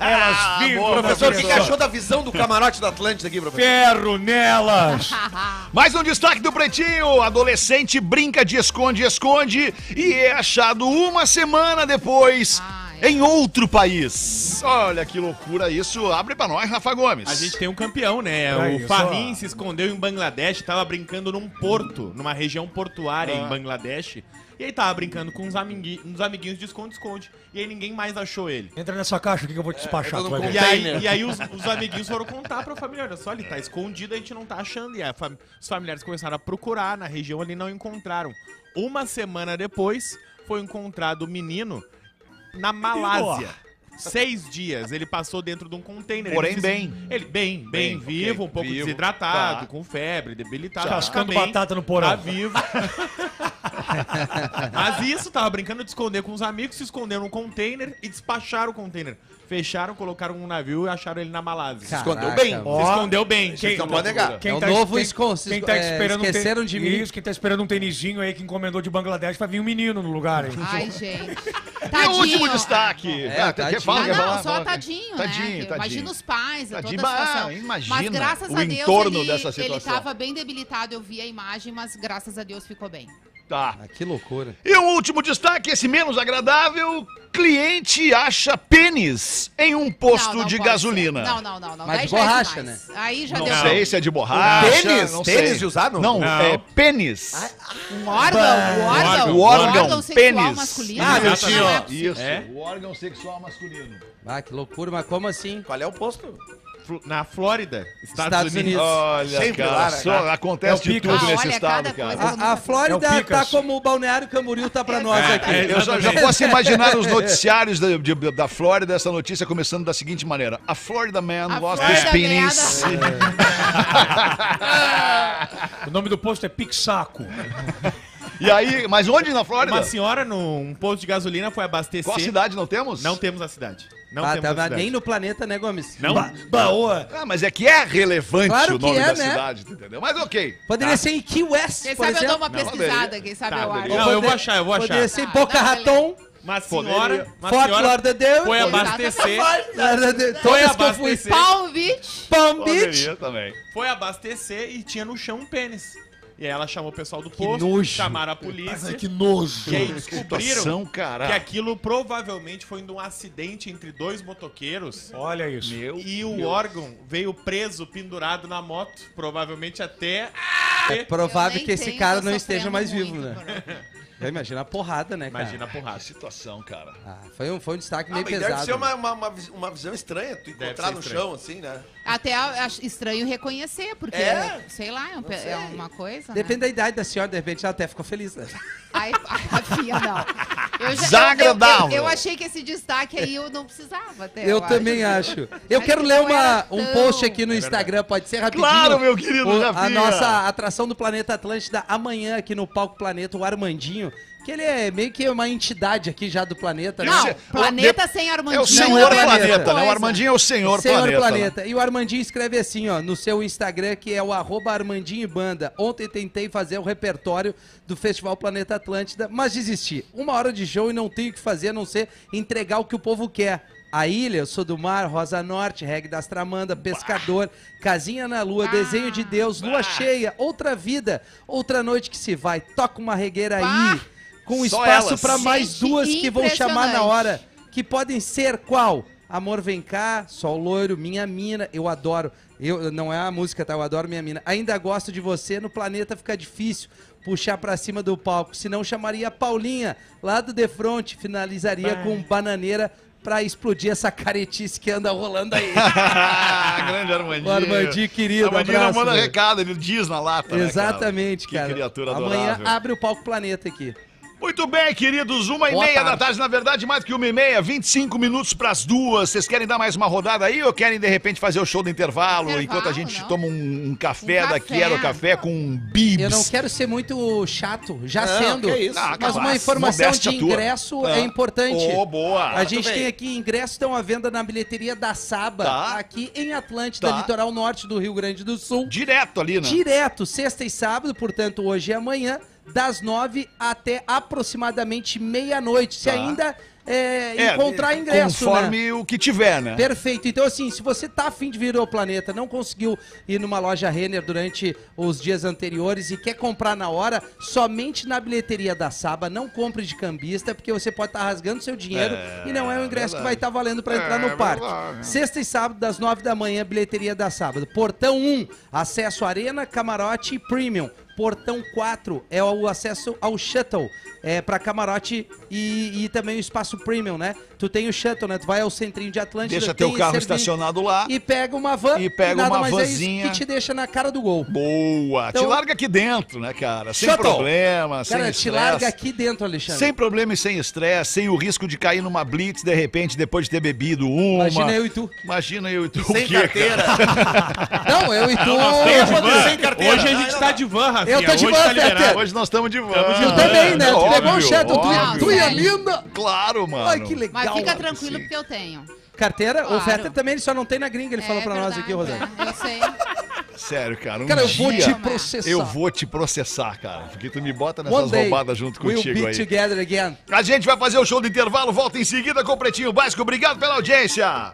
E: elas vindo,
B: boa,
E: professor.
D: Professor, o que, que achou da visão do camarote da Atlântida aqui, professor?
E: Ferro nelas.
B: Mais um destaque do Pretinho. Adolescente brinca de esconde-esconde e é achado uma semana depois
F: Ah, é.
B: em outro país. Olha que loucura isso. Abre pra nós, Rafa Gomes.
G: A gente tem um campeão, né?
E: Aí,
G: o
E: só-
G: Farim se escondeu em Bangladesh, tava brincando num porto, numa região portuária
C: Ah.
G: em Bangladesh. E aí tava brincando com uns, amigui- uns amiguinhos de esconde-esconde. E aí ninguém mais achou ele.
E: Entra nessa caixa aqui que eu vou te despachar. tu vai ver.
G: E aí, e aí os, os amiguinhos foram contar pra família, olha só, ele tá escondido, a gente não tá achando. E a fam- os familiares começaram a procurar na região ali não encontraram. Uma semana depois, foi encontrado o menino na Malásia. Seis dias, ele passou dentro de um container.
B: Porém,
G: Ele
B: bem.
G: Ele bem, bem,
B: Bem,
G: vivo,
B: ok,
G: um pouco
B: vivo,
G: desidratado,
B: tá.
G: com febre, debilitado. mas
E: Cascando
G: tá bem,
E: batata no porão.
G: Tá vivo. Mas isso, tava brincando de esconder com os amigos, se esconderam num container e despacharam o container. Fecharam, colocaram um navio e acharam ele na Malásia.
C: Cara,
D: Escondeu
C: Caraca,
D: bem.
C: mano.
G: Se escondeu bem.
D: Vocês não podem negar.
C: É o novo
E: quem,
C: escon-
E: quem tá
C: é,
E: esperando um
C: esqueceram
E: tênis-
C: de mim.
E: Isso, quem tá esperando um tênisinho aí que encomendou de Bangladesh vai vir um menino no lugar. hein?
F: Ai, gente.
B: E o
F: Tadinho.
B: último destaque.
C: É,
B: Ah, quer-
C: tadinho.
B: quer falar,
F: Ah,
B: quer
F: não,
B: falar?
F: só
B: Fala, cara. Tadinho,
F: tadinho, né?
B: tadinho.
F: Imagina os pais, é
B: Tadinho,
F: toda a
B: bah,
F: situação.
B: imagina
F: mas graças
B: o
F: a Deus
B: entorno
F: ele,
B: dessa
F: ele
B: situação.
F: tava bem debilitado, eu vi a imagem, mas graças a Deus ficou bem.
B: Tá.
C: Ah, que loucura.
B: E o último destaque, esse menos agradável, cliente acha pênis em um posto
F: Não, não
B: de
F: pode
B: gasolina.
F: ser. Não, não, não, não.
C: Mas
F: Dez
C: de borracha,
F: vezes mais. Aí já
B: Não
F: deu
B: sei se é de borracha.
D: Tênis?
B: não
D: Tênis
B: sei.
D: de usar, não?
B: Não,
G: Não.
B: é pênis.
F: um órgão, um órgão,
B: O órgão,
F: sexual
B: pênis.
F: masculino.
D: Ah, meu
F: Não,
D: tio,
F: não é
D: ó.
F: possível.
B: Isso,
G: É?
B: o órgão sexual masculino.
C: Ah, que loucura, mas como assim?
D: Qual é o posto?
G: Fl- Na Flórida, Estados,
C: Estados
G: Unidos.
C: Unidos.
B: Olha,
D: Sempre
B: cara,
D: lá, né,
B: só
D: cara?
B: acontece
E: É o
B: de
E: pica.
B: tudo
F: Ah,
B: nesse
F: olha,
B: estado,
F: cada
B: cara.
F: coisa-
C: A, a Flórida
E: É o Picas.
C: tá como o Balneário Camboriú tá pra nós aqui.
G: É,
B: Eu já, já
G: Exatamente.
B: posso imaginar os noticiários da, de- da Flórida, essa notícia começando da seguinte maneira. A Florida Man
F: A
B: lost
F: Florida
B: his penis.
E: O nome do posto é Pixaco.
B: E aí, mas onde na Flórida?
G: Uma senhora num posto de gasolina foi abastecer.
B: Qual cidade não temos?
G: Não temos a cidade. Não
C: Ah,
G: temos
C: tá,
G: a
C: mas
G: cidade.
C: nem no planeta, né, Gomes?
G: Não?
E: Baoa.
B: Ah, mas é que é relevante
C: Claro
B: o nome
C: que é,
B: da
C: né?
B: cidade, tu entendeu? Mas ok.
C: Poderia ser em Key West,
F: Quem
C: por
F: sabe eu dou
B: é
C: exemplo.
B: um
F: uma pesquisada, quem sabe
G: Tá,
F: eu acho.
G: beleza. Não, eu vou achar, eu vou
C: Poderia
G: achar.
C: ser em
F: Tá,
C: Boca
F: não,
C: Raton,
G: Uma senhora, uma
C: Fort
G: senhora
C: Lauderdale.
G: foi
F: Exatamente.
G: abastecer,
C: Lauderdale, Todas
G: foi
C: que eu fui.
G: abastecer,
F: Palm Beach.
C: Palm Beach.
B: Poderia também.
G: foi abastecer e tinha no chão um pênis. E aí ela chamou o pessoal do posto,
E: nojo.
G: chamaram a
D: é
G: polícia.
E: que nojo.
G: E aí descobriram
B: Situação,
G: que é
B: cara. É
G: aquilo provavelmente foi de um acidente entre dois motoqueiros.
E: Olha isso.
B: Meu
G: E o órgão veio preso, pendurado na moto, provavelmente até.
C: É
F: Eu
C: provável
F: nem
C: que esse
F: tenho,
C: cara
F: tô
C: não esteja
F: sofrendo
C: mais
F: muito,
C: vivo, né?
F: Bruno.
C: Já Imagina a porrada, né, cara?
G: Imagina a
B: Que
G: porrada.
B: situação, cara.
C: Ah, foi, um, foi um destaque
D: Ah,
C: meio
D: mas deve
C: pesado. né?
D: ser uma, uma, uma, vis- uma visão estranha, tu
G: Deve
D: encontrar
G: ser
D: no
G: estranho.
D: chão, assim, né?
F: Até a- acho estranho reconhecer, porque,
D: É?
F: sei lá, é, um pe-
D: sei.
F: é uma coisa. né?
C: Depende da idade da senhora, de repente ela até ficou feliz. né?
F: Aí, a Rafinha, não. Eu
B: Desagradável.
F: Eu, eu- eu achei que esse destaque aí eu não precisava até.
C: Eu também acho. Eu
F: Mas
C: quero
F: que
C: ler
F: não
C: uma,
F: era
C: um
F: tão-
C: post aqui no Instagram, pode ser rapidinho?
B: Claro, meu querido
C: O-
B: Rafinha.
C: A nossa atração do Planeta Atlântida amanhã aqui no Palco Planeta, o Armandinho, que ele é meio que uma entidade aqui já do planeta. né?
F: Não,
B: Esse-
F: planeta sem Armandinho.
B: É o senhor
F: não
B: planeta,
F: mesma
B: né? O
F: coisa.
B: Armandinho é o senhor,
C: Senhor
B: planeta. né?
C: Planeta.
B: planeta.
C: E o Armandinho escreve assim, ó, no seu Instagram, que é o arroba Armandinho e Banda. Ontem tentei fazer o repertório do Festival Planeta Atlântida, mas desisti. Uma hora de show e não tenho o que fazer a não ser entregar o que o povo quer. A Ilha, Eu Sou do Mar, Rosa Norte, Reggae das Tramanda, Pescador, Casinha na Lua,
F: Bah.
C: Desenho de Deus, Lua Cheia, Outra Vida, Outra Noite que se vai, Toca uma regueira aí,
F: Bah.
C: com
B: Só
C: um espaço
B: elas.
C: pra mais
F: Gente,
C: duas que vão chamar na
F: impressionante.
C: hora que podem ser qual? Amor Vem Cá, Sol Loiro, Minha Mina, eu adoro. Eu, não é a música, tá? Eu adoro Minha Mina. Ainda gosto de você, no planeta fica difícil puxar pra cima do palco, senão chamaria a Paulinha lá do defronte, finalizaria com bananeira pra explodir essa caretice que anda rolando aí.
B: Ah, Grande Armandinho.
C: O Armandinho, querido,
B: Armandinho não
C: abraço,
B: manda
C: meu.
B: recado, ele diz na lata. né, cara?
C: Exatamente, cara.
B: Que criatura
C: Amanhã
B: adorável.
C: abre o palco planeta aqui.
B: Muito bem, queridos, uma e
C: Boa
B: meia da
C: tarde.
B: tarde, na verdade, mais do que uma e meia, 25 minutos pras duas. Vocês querem dar mais uma rodada aí ou querem, de repente, fazer o show do intervalo,
F: Intervalo,
B: enquanto a gente
F: não.
B: toma um, um café
F: Um
B: da
F: café.
B: Quero Café com um bibs?
C: Eu não quero ser muito chato, já
D: Não,
C: sendo,
D: que isso.
B: Ah,
C: mas uma
B: capaz.
C: informação
B: Modéstia
C: de
B: tua.
C: ingresso
B: Ah.
C: é importante.
B: Ô, boa.
C: A gente
D: bem.
C: tem aqui ingressos estão à venda na bilheteria da Saba,
B: Tá.
C: aqui em Atlântida,
B: Tá.
C: litoral norte do Rio Grande do Sul.
B: Direto ali, né?
C: Direto, sexta e sábado, portanto, hoje e amanhã, das nove até aproximadamente meia-noite. Se
B: Tá.
C: ainda é,
B: É,
C: encontrar ingresso, né?
B: Conforme o que tiver, né?
C: Perfeito. Então, assim, se você tá afim de vir ao planeta, não conseguiu ir numa loja Renner durante os dias anteriores e quer comprar na hora, somente na bilheteria da Saba, não compre de cambista, porque você pode estar rasgando seu dinheiro e não é o ingresso que vai estar valendo para entrar no parque. Sexta e sábado, das nove da manhã, bilheteria da Sábado. Portão 1, acesso à Arena, Camarote e Premium. Portão 4 é o acesso ao shuttle, é para camarote e, e também o espaço premium, né? Tu tem o shuttle, né? Tu vai ao centrinho de Atlântida,
B: Deixa
C: tem
B: teu carro
C: serviço,
B: estacionado lá.
C: e pega uma van
B: E pega uma
C: é
B: vanzinha.
C: isso que te deixa na cara do gol.
B: Boa! te
C: Então-
B: larga aqui dentro, né, cara? Sem
D: Shuttle.
B: problema, sem
C: Cara, te
B: estresse.
C: larga aqui dentro, Alexandre.
B: Sem problema e sem estresse, sem o risco de cair numa blitz de repente depois de ter bebido uma.
C: Imagina eu e tu.
B: Imagina eu e tu.
D: Sem
B: o quê,
D: carteira.
C: Não, eu e tu.
D: Bêbado sem carteira.
G: Hoje a
D: Não,
G: gente
D: não,
G: tá
D: não.
G: de van, Rafinha.
C: Eu tô de
G: Hoje
C: van, né?
G: tá
B: cara?
G: liberado.
C: Fetter.
B: É, Hoje tá nós estamos de van.
C: Tu também, né? tu
B: Óbvio,
C: levou um shuttle, tu, ia-
F: óbvio.
C: tu ia linda.
B: Claro, mano.
C: Ai, que legal.
F: Mas fica
C: mano.
F: tranquilo
B: sim.
F: porque eu tenho.
C: Carteira? O
F: Claro.
C: Fetter também ele só não tem na gringa, ele
F: É
C: falou pra nós
F: verdade,
C: aqui, Rosane.
F: é. Eu sei.
B: Sério, cara. Um
C: Cara, eu
B: dia,
C: vou te
F: Dia.
C: processar.
B: eu vou te processar, cara. Porque tu me bota nessas
C: One day,
B: roubadas junto contigo
C: we'll be
B: aí.
C: together again.
B: A gente vai fazer o show do intervalo, volta em seguida com o Pretinho Básico. Obrigado pela audiência.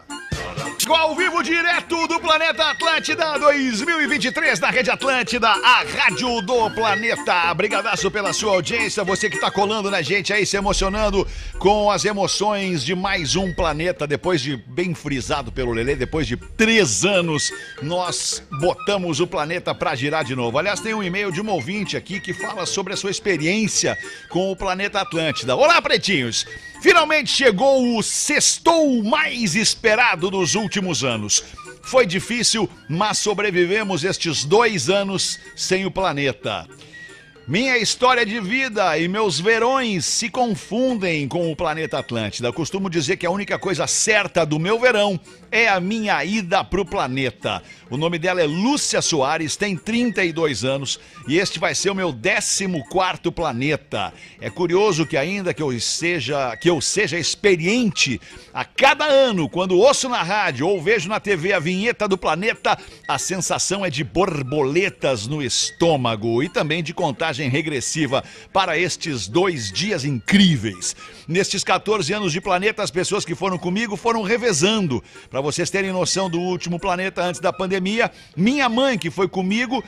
B: Com Ao vivo direto do Planeta Atlântida 2023 na Rede Atlântida, a rádio do planeta. Brigadaço pela sua audiência, você que tá colando na gente aí, se emocionando com as emoções de mais um planeta. Depois de bem frisado pelo Lelê, depois de três anos, nós botamos o planeta pra girar de novo. Aliás, tem um e-mail de uma ouvinte aqui que fala sobre a sua experiência com o planeta Atlântida. Olá, pretinhos! Finalmente chegou o sextou mais esperado dos últimos anos. Foi difícil, mas sobrevivemos estes dois anos sem o planeta. Minha história de vida e meus verões se confundem com o planeta Atlântida. Costumo dizer que a única coisa certa do meu verão é a minha ida pro planeta. O nome dela é Lúcia Soares, tem 32 anos e este vai ser o meu 14º planeta. É curioso que ainda que eu seja, que eu seja experiente a cada ano, quando ouço na rádio ou vejo na TV a vinheta do planeta, a sensação é de borboletas no estômago e também de contagem regressiva para estes dois dias incríveis. Nestes 14 anos de planeta, as pessoas que foram comigo foram revezando. Para vocês terem noção do último planeta antes da pandemia, minha mãe, que foi comigo,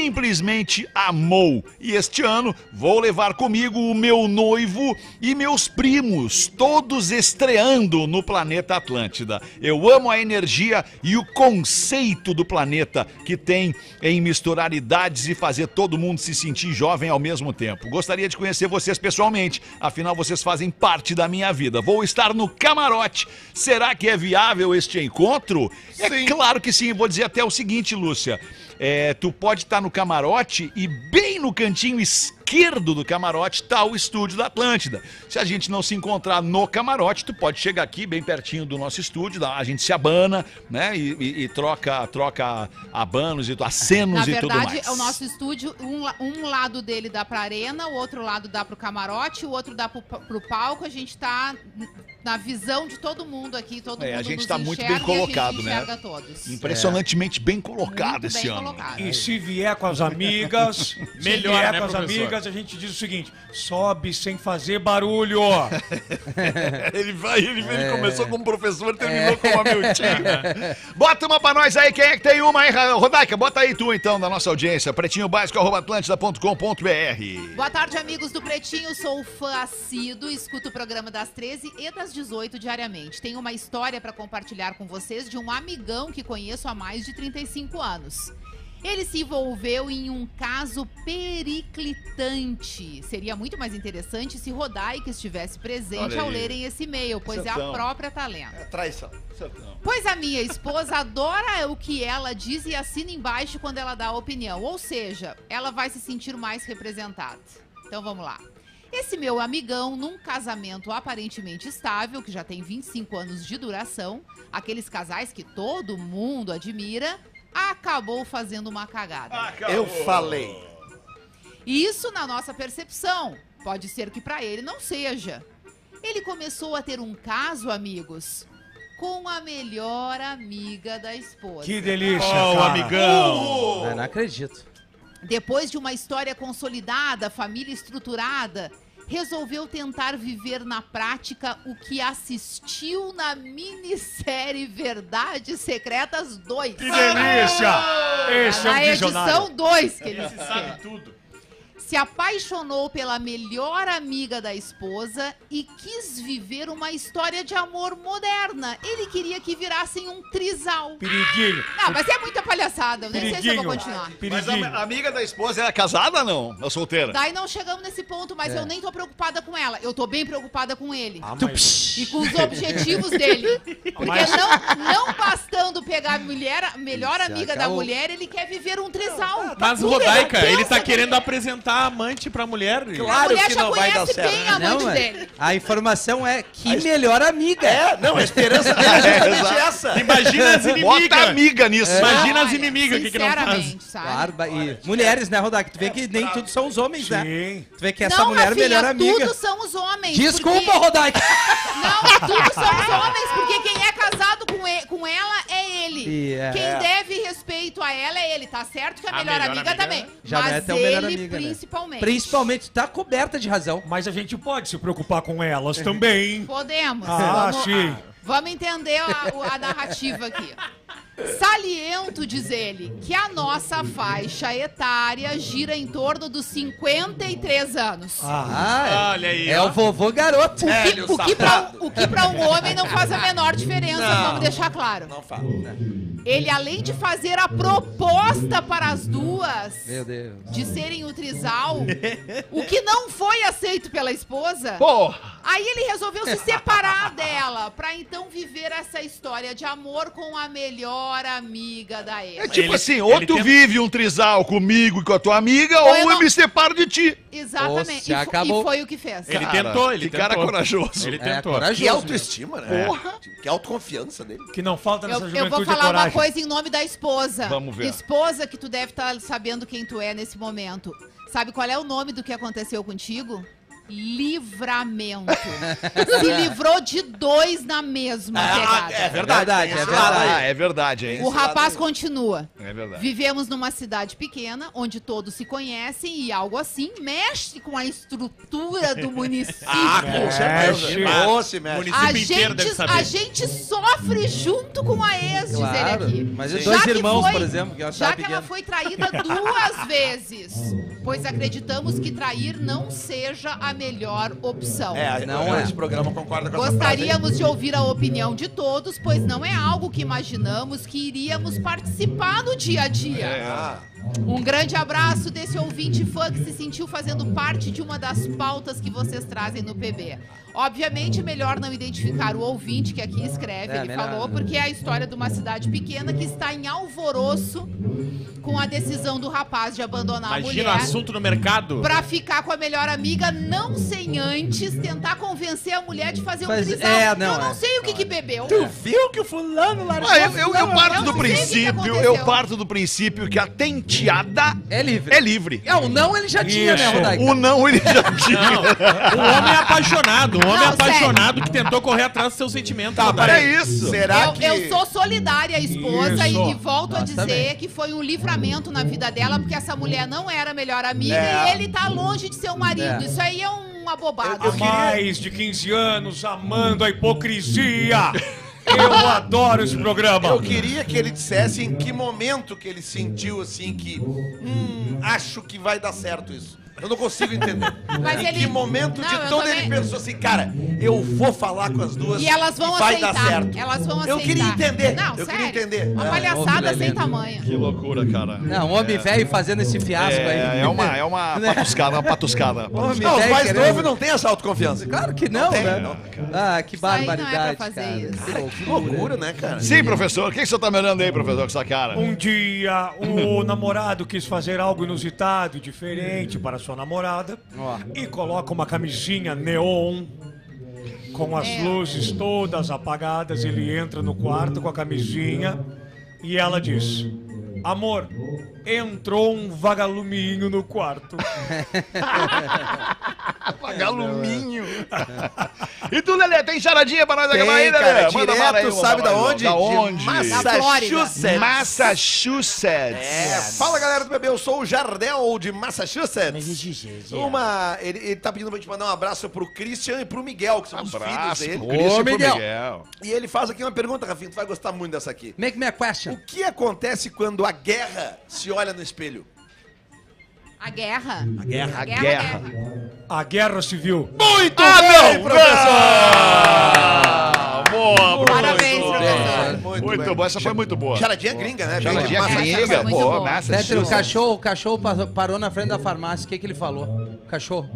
B: simplesmente amou. E este ano vou levar comigo o meu noivo e meus primos, todos estreando no planeta Atlântida. Eu amo a energia e o conceito do planeta que tem em misturar idades e fazer todo mundo se sentir jovem ao mesmo tempo. Gostaria de conhecer vocês pessoalmente, afinal vocês fazem parte da minha vida. Vou estar no camarote. Será que é viável este encontro? É claro que sim. Vou dizer até o seguinte, Lúcia. É, tu pode estar no camarote e bem no cantinho esquerdo do camarote está o estúdio da Atlântida. Se a gente não se encontrar no camarote, tu pode chegar aqui bem pertinho do nosso estúdio, dá- a gente se abana, né? E, e- e troca, troca abanos e tu- acenos
F: Na
B: e tudo
F: verdade,
B: mais.
F: é o nosso estúdio, um, la- um lado dele dá pra arena, o outro lado dá pro camarote, o outro dá pro, pa- pro palco. A gente tá n- na visão de todo mundo aqui, todo
B: É, a
F: mundo
B: gente
F: nos
B: tá muito
F: enxerga
B: bem
F: e a gente
B: colocado, né?
F: enxerga todos.
B: Impressionantemente bem colocado
F: Muito
B: esse
F: bem
B: ano.
F: colocado.
E: E se vier com as amigas,
G: Melhor,
E: se vier
G: né,
E: com as
G: professor?
E: amigas, a gente diz o seguinte: sobe sem fazer barulho.
B: Ele, vai, ele, ele começou como professor e terminou como amiltinho. É. bota uma pra nós aí, quem é que tem uma aí, Ra- Rodaica? Bota aí tu então, da nossa audiência. Pretinho básico, arroba atlântida.com.br.
F: Boa tarde, amigos do Pretinho. Sou fã assíduo, escuto o programa das 13 e das 18 diariamente. Tenho uma história para compartilhar com vocês de um amigão que conheço há mais de 35 anos. Ele se envolveu em um caso periclitante. Seria muito mais interessante se Rodaica estivesse presente
B: Olha
F: ao
B: aí.
F: lerem esse e-mail, pois é
B: Certão.
F: a própria talento.
D: É traição.
F: Pois a minha esposa adora o que ela diz e assina embaixo quando ela dá a opinião. Ou seja, ela vai se sentir mais representada. Então vamos lá. Esse meu amigão, num casamento aparentemente estável, que já tem 25 anos de duração, aqueles casais que todo mundo admira, acabou fazendo uma cagada.
D: Eu falei.
F: Isso na nossa percepção. Pode ser que pra ele não seja. Ele começou a ter um caso, amigos, com a melhor amiga da esposa.
E: Que delícia.
G: Ó, o
E: cara.
G: amigão.
B: Oh.
C: Eu não acredito.
F: Depois de uma história consolidada, família estruturada, resolveu tentar viver na prática o que assistiu na minissérie Verdades Secretas 2.
B: Que delícia! Esse é
F: na
B: um visionário.
F: edição 2 que eles
G: Esse sabe tudo.
F: se apaixonou pela melhor amiga da esposa e quis viver uma história de amor moderna. Ele queria que virassem um trisal.
E: Periguinho.
F: Não, mas é muita palhaçada, eu nem sei se eu vou
E: Periguinho.
F: continuar.
B: Mas
E: Periguinho.
B: a, a amiga da esposa era casada ou não? Ou solteira?
F: Daí não chegamos nesse ponto, mas eu nem tô preocupada com ela. Eu tô bem preocupada com ele.
B: Ah,
C: Tups.
F: E com os objetivos dele. Porque não, não bastando pegar a mulher, a melhor
C: Isso,
F: amiga da
C: acabou.
F: mulher, ele quer viver um trisal.
G: Mas
F: Mulher,
G: Rodaica, ele
F: pensa,
G: tá querendo apresentar a amante pra mulher.
F: A
D: Claro
F: mulher
D: que
F: já
D: não vai dar
F: conhece
D: certo.
F: bem a
C: Não,
F: amante
C: mas
F: dele.
C: a informação é que melhor amiga.
D: É, não, a esperança dele é justamente essa.
G: Imagina as
B: Bota
G: inimigas. É.
B: amiga nisso.
G: Imagina as
F: Olha,
G: inimigas, o que que não faz?
F: sinceramente, sabe?
C: Claro, ba- e mulheres, né, Rodak? Tu vê que nem tudo são os homens, né?
E: Sim.
C: Tu vê que essa mulher é
F: Rafinha,
C: melhor amiga.
F: tudo são os homens.
C: Desculpa,
F: porque...
C: Rodak.
F: Não, tudo são os homens, porque quem é casado com, e- com ela é ele.
C: E é.
F: Quem deve respeito a ela é ele. Tá certo que a,
G: A
F: melhor,
G: melhor
F: amiga,
G: amiga
F: também.
C: Já não
F: Mas
C: é teu
F: ele,
C: melhor amiga, né?
F: principalmente.
C: Principalmente, tu tá coberta de razão.
E: Mas a gente pode se preocupar com elas também.
F: Podemos.
E: Ah,
F: Vamos-
E: sim.
F: Vamos entender a, o- a narrativa aqui. Saliento, diz ele, que a nossa faixa etária gira em torno dos 53 anos.
C: Ah,
G: Olha
C: é.
G: aí.
C: É o vovô garoto.
F: Que- o, que pra, o que pra um homem não faz a menor diferença, vamos deixar claro.
D: Não fala.
F: Ele, além de fazer a proposta para as duas
C: Meu Deus.
F: de serem o trisal, o que não foi aceito pela esposa,
B: Porra!
F: aí ele resolveu se separar dela pra então viver essa história de amor com a melhor amiga da
B: É
F: Eva.
B: tipo
G: Ele-
B: assim, ou
G: ele
B: tu
G: tem-
B: vive um trisal comigo e com a tua amiga,
F: Ou
B: ou
F: eu
B: eu
F: não-
B: me separo de ti.
F: Exatamente.
C: Nossa,
F: e, fo-
C: acabou.
F: e foi o que fez.
G: Ele
B: Cara,
G: tentou, ele
B: que
G: tentou.
B: cara corajoso.
G: Ele
C: É,
G: tentou.
C: corajoso.
D: Que autoestima, né?
G: É.
D: Porra. Que autoconfiança dele.
E: Que não falta nessa
F: Eu, eu vou
E: juventude é
F: falar uma
E: coragem.
F: coisa em nome da esposa.
B: Vamos ver.
F: Esposa, que tu deve estar sabendo quem tu é nesse momento. Sabe qual é o nome do que aconteceu contigo? Livramento. Se livrou de dois na mesma pegada.
C: verdade,
D: tem
C: é
D: esse
C: verdade.
D: lado aí.
B: Ah, é verdade, hein?
F: O rapaz continua.
B: É verdade.
F: Vivemos numa cidade pequena, onde todos se conhecem e algo assim mexe com a estrutura do município.
D: Ah, com
C: É,
D: certeza.
E: Mexe.
D: Ô, se mexe.
G: Município
F: A
G: inteiro deve
F: gente,
G: saber.
F: a gente sofre junto com a
C: Claro.
F: ex, diz ele aqui.
C: Mas os
F: Já
C: dois
F: que
C: irmãos,
F: foi-
C: por exemplo, que ela
F: Já
C: tá
F: que ela
C: pequena.
F: foi traída duas vezes, pois acreditamos que trair não seja a melhor opção.
D: É,
C: Não
D: não
C: é.
D: esse programa concorda com essa frase aí.
F: Gostaríamos de ouvir a opinião de todos, pois não é algo que imaginamos que iríamos participar no dia a dia.
D: Ah,
F: Um grande abraço desse ouvinte fã que se sentiu fazendo parte de uma das pautas que vocês trazem no PB. Obviamente, é melhor não identificar o ouvinte que aqui escreve,
C: É,
F: ele
C: melhor
F: falou,
C: não.
F: porque é a história de uma cidade pequena que está em alvoroço com a decisão do rapaz de abandonar
G: Imagina o
F: a mulher.
G: assunto no mercado.
F: Pra ficar com a melhor amiga, não sem antes tentar convencer a mulher de fazer um
C: Mas-
F: trisal.
C: é,
F: eu
C: não,
F: não
C: é.
F: sei o que, que bebeu.
D: Viu que o fulano largou?
B: Ah, eu, eu- eu parto
F: eu
B: do
F: não sei o que
B: princípio,
F: aconteceu.
B: eu parto do princípio que a tenteada
C: É livre.
B: é livre.
C: É, o não ele já tinha, né,
E: Isso.
C: Rodak?
B: O não ele já tinha.
G: O homem é apaixonado, o homem é
F: Não, sério.
G: apaixonado que tentou correr atrás dos seus sentimentos. Tá,
B: É isso.
D: Será
F: eu,
D: que...
F: eu sou solidária à esposa
E: Isso.
F: e, e volto a
C: Nós
F: dizer
C: também.
F: que foi um livramento na vida dela, porque essa mulher não era a melhor amiga
D: É.
F: e ele tá longe de seu marido.
C: É.
F: Isso aí é uma bobada.
E: Há mais de 15 anos amando a hipocrisia. Eu adoro esse programa.
D: Eu queria que ele dissesse em que momento que ele sentiu assim que. Hum, acho que vai dar certo isso. Eu não consigo entender.
F: Mas
D: em
F: ele-
D: que momento
F: Não,
D: de
F: eu
D: todo
F: também-
D: ele pensou assim, cara, eu vou falar com as duas.
F: E elas vão
D: vai
F: aceitar.
D: dar certo.
F: Elas vão aceitar.
D: Eu queria entender.
F: Não,
D: eu
F: sério.
D: queria entender.
F: Uma
D: É.
F: palhaçada
C: outro
F: sem
C: elemento.
F: tamanho.
B: Que loucura, cara.
C: Não, um homem velho fazendo esse fiasco aí. Né?
B: É, é uma, é uma patuscada, uma patuscada.
C: Homem
D: Não, os
C: velho
D: mais
C: querendo-
D: novos não têm essa autoconfiança.
C: Claro que não,
D: tem,
C: né?
D: não,
C: ah, que
F: aí não é pra
C: barbaridade,
F: fazer
C: cara.
F: isso.
C: Que
D: Que
C: loucura.
D: loucura, né, cara?
B: Sim, professor. O que que você tá me olhando aí, professor, com essa cara?
E: Um dia, o namorado quis fazer algo inusitado e diferente para sua namorada
C: Ó.
E: e coloca uma camisinha neon com as
F: É.
E: luzes todas apagadas. Ele entra no quarto com a camisinha e ela diz: Amor, entrou um vagaluminho no quarto.
B: Apagar alumínio. e tu, Lelê, tem charadinha pra nós acabar aí, Lelê?
D: cara,
B: Manda bala aí,
D: direto, sabe da
B: manda bala.
D: onde?
B: Da
D: De
B: onde?
D: Massachusetts.
B: Massachusetts.
D: É, fala galera do bebê, eu sou o Jardel de Massachusetts. Uma, ele, ele tá pedindo pra gente mandar um abraço pro Christian e pro Miguel, que são tá os filhos
B: Abraço,
D: dele.
B: pro Christian e pro
C: Miguel.
D: E ele faz aqui uma pergunta, Rafinha, tu vai gostar muito dessa aqui.
C: Make me a question.
D: O que acontece quando a guerra se olha no espelho?
F: A guerra. A
E: guerra.
F: A guerra.
B: guerra.
F: guerra.
E: A guerra civil.
D: Muito
B: Ah,
D: bem,
B: não,
D: professor!
B: Ah, boa, boa.
F: Parabéns,
D: Muito
F: professor.
D: bem,
B: Muito,
D: bem.
B: boa, essa foi muito boa.
D: Charadinha gringa, né?
B: Charadinha
D: Vem de
F: gringa,
D: Massachusetts.
C: é
F: muito
B: pô,
F: boa.
C: Petra, o
B: Massachusetts.
C: cachorro, o cachorro
B: Hum.
C: passou- parou na frente da farmácia. O que, que ele falou? O cachorro?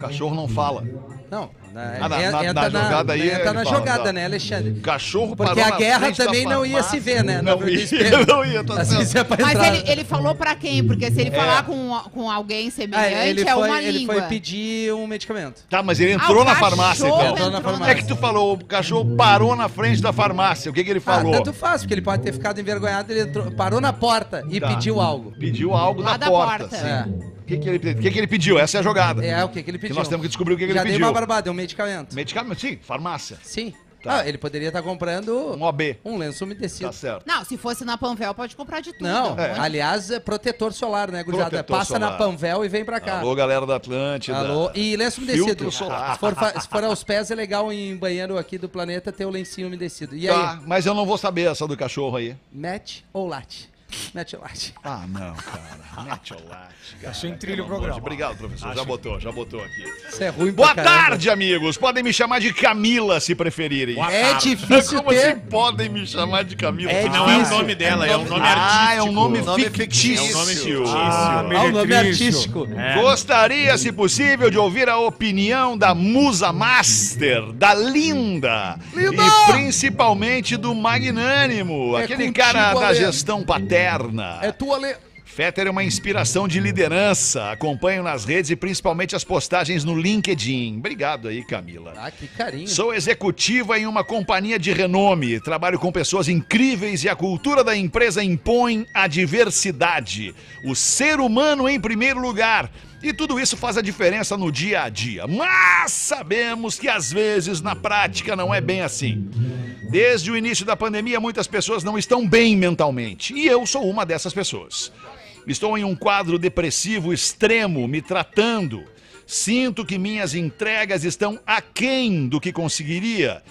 B: Cachorro não fala.
C: Não. na-
B: Ah, na-
C: en-
B: na- na jogada aí
C: Entra
B: ele
C: na
B: fala,
C: jogada,
B: tá.
C: né, Alexandre?
B: Cachorro
C: Porque
B: parou
C: a
B: na
C: guerra
B: frente da
C: também não ia se
B: farmácia.
C: ver, né?
B: Não
C: No
B: ia,
C: desespero.
B: não ia, tá
C: Assim,
B: certo.
C: isso é pra
F: Mas
C: entrar.
F: ele, ele falou pra quem? Porque se ele falar com, com alguém
C: Ah,
F: semelhante,
C: ele,
F: é
C: foi,
F: uma
C: ele
F: língua.
C: foi pedir um medicamento.
B: Tá, mas ele
F: Ah, o
B: entrou na
F: cachorro
B: farmácia, então.
C: Entrou na farmácia.
B: É que tu falou, o cachorro parou na frente da farmácia. O que que ele
C: Ah,
B: falou?
C: tanto faz, porque ele pode ter ficado envergonhado, ele entrou- parou na porta e
B: Tá.
C: pediu algo.
B: Pediu algo
F: Lá
B: na
F: da
B: porta.
F: porta.
B: sim. O que que, ele, o que que ele pediu? Essa é a jogada.
C: É, o que, que ele
B: Que
C: pediu?
B: nós temos que descobrir o que, que
C: Já
B: ele
C: dei
B: pediu.
C: uma barbada, é um medicamento.
B: Medicamento, sim, farmácia.
C: Sim.
B: Tá.
C: Ah, ele poderia estar comprando
B: Um OB.
C: um lenço umedecido.
B: Tá certo.
F: Não, se fosse na Panvel, pode comprar de tudo.
C: Não,
B: É.
C: aliás, é protetor solar, né, gurizada?
B: Protetor
C: Passa
B: solar.
C: na Panvel e vem pra cá.
B: Alô, galera da Atlântida.
C: Ah. Alô. E lenço
B: Filtro
C: umedecido.
B: solar.
C: Se for, fa- se for aos pés, é legal em banheiro aqui do planeta ter o lencinho umedecido. E aí,
B: Tá, mas eu não vou saber essa do cachorro aí.
C: mete ou late? Mete ou late?
B: Ah, não, cara. Mete o latte, cara.
E: sem trilho o
B: Pelo amor de-
E: programa.
B: Obrigado, professor. Já botou, já botou aqui.
C: Isso é ruim pra
B: Boa
C: caramba.
B: tarde, amigos. Podem me chamar de Camila, se preferirem.
C: É difícil
B: Como
C: ter...
B: assim podem me chamar de Camila?
C: É
G: Que não é o
C: difícil.
G: nome dela, é um nome
B: ah, é
G: artístico.
B: um nome
D: Nome
B: fictício.
D: fictício.
G: É um nome fictício.
E: Ah,
G: é.
C: Ah, o nome
E: meretrício.
C: artístico.
B: Gostaria, se possível, de ouvir a opinião da musa master, da linda, e principalmente do magnânimo,
C: É
B: aquele
C: contigo,
B: cara da
C: Ale.
B: gestão paterna.
C: É tua, Ale...
B: Fetter é uma inspiração de liderança. Acompanho nas redes e principalmente as postagens no LinkedIn. Obrigado aí, Camila.
C: Ah, que carinho.
B: Sou executiva em uma companhia de renome. Trabalho com pessoas incríveis e a cultura da empresa impõe a diversidade. O ser humano em primeiro lugar. E tudo isso faz a diferença no dia a dia. Mas sabemos que às vezes na prática não é bem assim. Desde o início da pandemia, muitas pessoas não estão bem mentalmente. E eu sou uma dessas pessoas. Estou em um quadro depressivo extremo, me tratando. Sinto que minhas entregas estão aquém do que conseguiria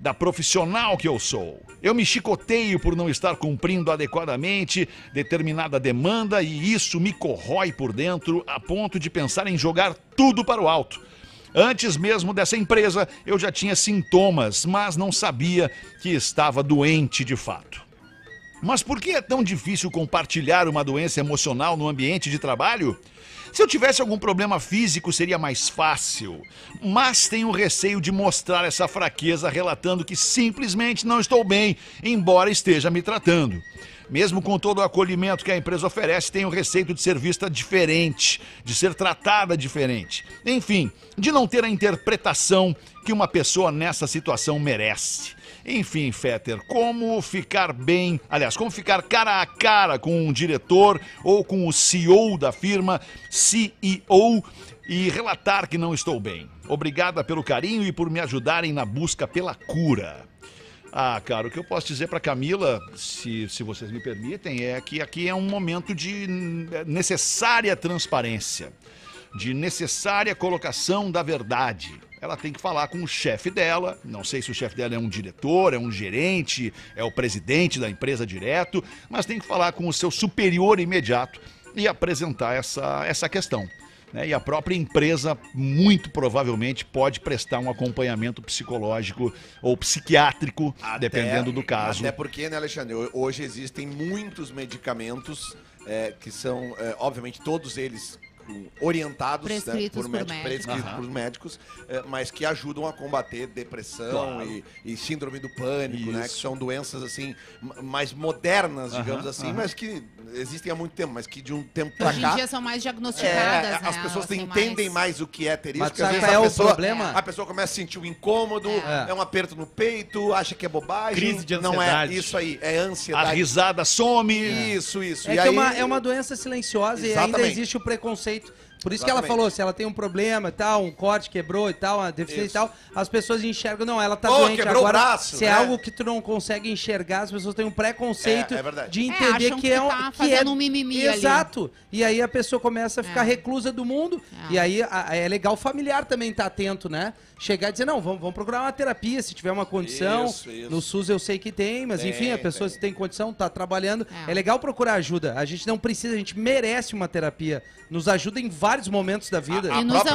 B: da profissional que eu sou. Eu me chicoteio por não estar cumprindo adequadamente determinada demanda e isso me corrói por dentro a ponto de pensar em jogar tudo para o alto. Antes mesmo dessa empresa, eu já tinha sintomas, mas não sabia que estava doente de fato. Mas por que é tão difícil compartilhar uma doença emocional no ambiente de trabalho? Se eu tivesse algum problema físico, seria mais fácil. Mas tenho receio de mostrar essa fraqueza relatando que simplesmente não estou bem, embora esteja me tratando. Mesmo com todo o acolhimento que a empresa oferece, tenho receio de ser vista diferente, de ser tratada diferente. Enfim, de não ter a interpretação que uma pessoa nessa situação merece. Enfim, Fetter, como ficar bem, aliás, como ficar cara a cara com um diretor ou com o CEO da firma, CEO, e relatar que não estou bem. Obrigada pelo carinho e por me ajudarem na busca pela cura. Ah, cara, o que eu posso dizer para Camila, se, se vocês me permitem, é que aqui é um momento de hum, necessária transparência, de necessária colocação da verdade. Ela tem que falar com o chefe dela, não sei se o chefe dela é um diretor, é um gerente, é o presidente da empresa direto, mas tem que falar com o seu superior imediato e apresentar essa, essa questão. né? E a própria empresa, muito provavelmente, pode prestar um acompanhamento psicológico ou psiquiátrico, dependendo do caso.
D: É, Até porque, né, Alexandre, ho- hoje existem muitos medicamentos é, que são, é, obviamente, todos eles hum, orientados né,
F: Prescritos por
D: por médicos,
F: médicos.
D: prescritos
B: Aham.
D: por médicos, é, mas que ajudam a combater depressão
B: Claro.
D: e, e síndrome do pânico, né, que
B: Isso.
D: são doenças assim m- mais modernas, digamos
B: Aham,
D: assim,
B: aham.
D: mas que existem há muito tempo, mas que de um tempo pra
F: Hoje em
D: cá
F: dia são mais diagnosticadas, né?
D: é, as pessoas
F: Elas têm
D: entendem mais. o que é ter isso,
C: Mas
D: porque às
C: sabe qual
D: vezes a
C: é o
D: pessoa,
C: problema?
D: a pessoa começa a sentir um incômodo, é.
C: É.
D: um aperto no peito, acha que é bobagem.
G: Crise de
D: Não é
G: ansiedade.
D: isso aí, é
B: A
D: ansiedade.
B: risada some.
D: Isso, isso.
C: É
D: e
C: que
D: aí,
C: é, uma, é uma doença silenciosa e ainda
D: Exatamente.
C: existe o preconceito Por isso que ela
D: Exatamente.
C: falou, se ela tem um problema e tal, um corte quebrou e tal, uma deficiência e
D: Isso.
C: tal, as pessoas enxergam, não, ela tá
D: Ô,
C: doente
D: quebrou o
C: agora.
D: braço,
C: se
D: né?
C: é algo que tu não consegue enxergar, as pessoas têm um preconceito
D: É, é verdade.
C: de
F: É,
C: entender
F: acham
C: que,
F: que
C: é um
F: tá
C: que é
F: fazendo um mimimi ali.
C: Exato. E aí a pessoa começa a ficar
F: É.
C: reclusa do mundo.
F: É.
C: E aí a- é legal o familiar também estar atento, né? Chegar e dizer, não, vamos, vamos procurar uma terapia se tiver uma condição.
D: Isso, isso.
C: No SUS eu sei que tem, mas
D: Tem,
C: enfim, a pessoa
D: tem.
C: se tem condição, tá trabalhando.
F: É.
C: É. legal procurar ajuda. A gente não precisa, a gente merece uma terapia. Nos ajuda em vários momentos da vida.
F: E nos
D: própria-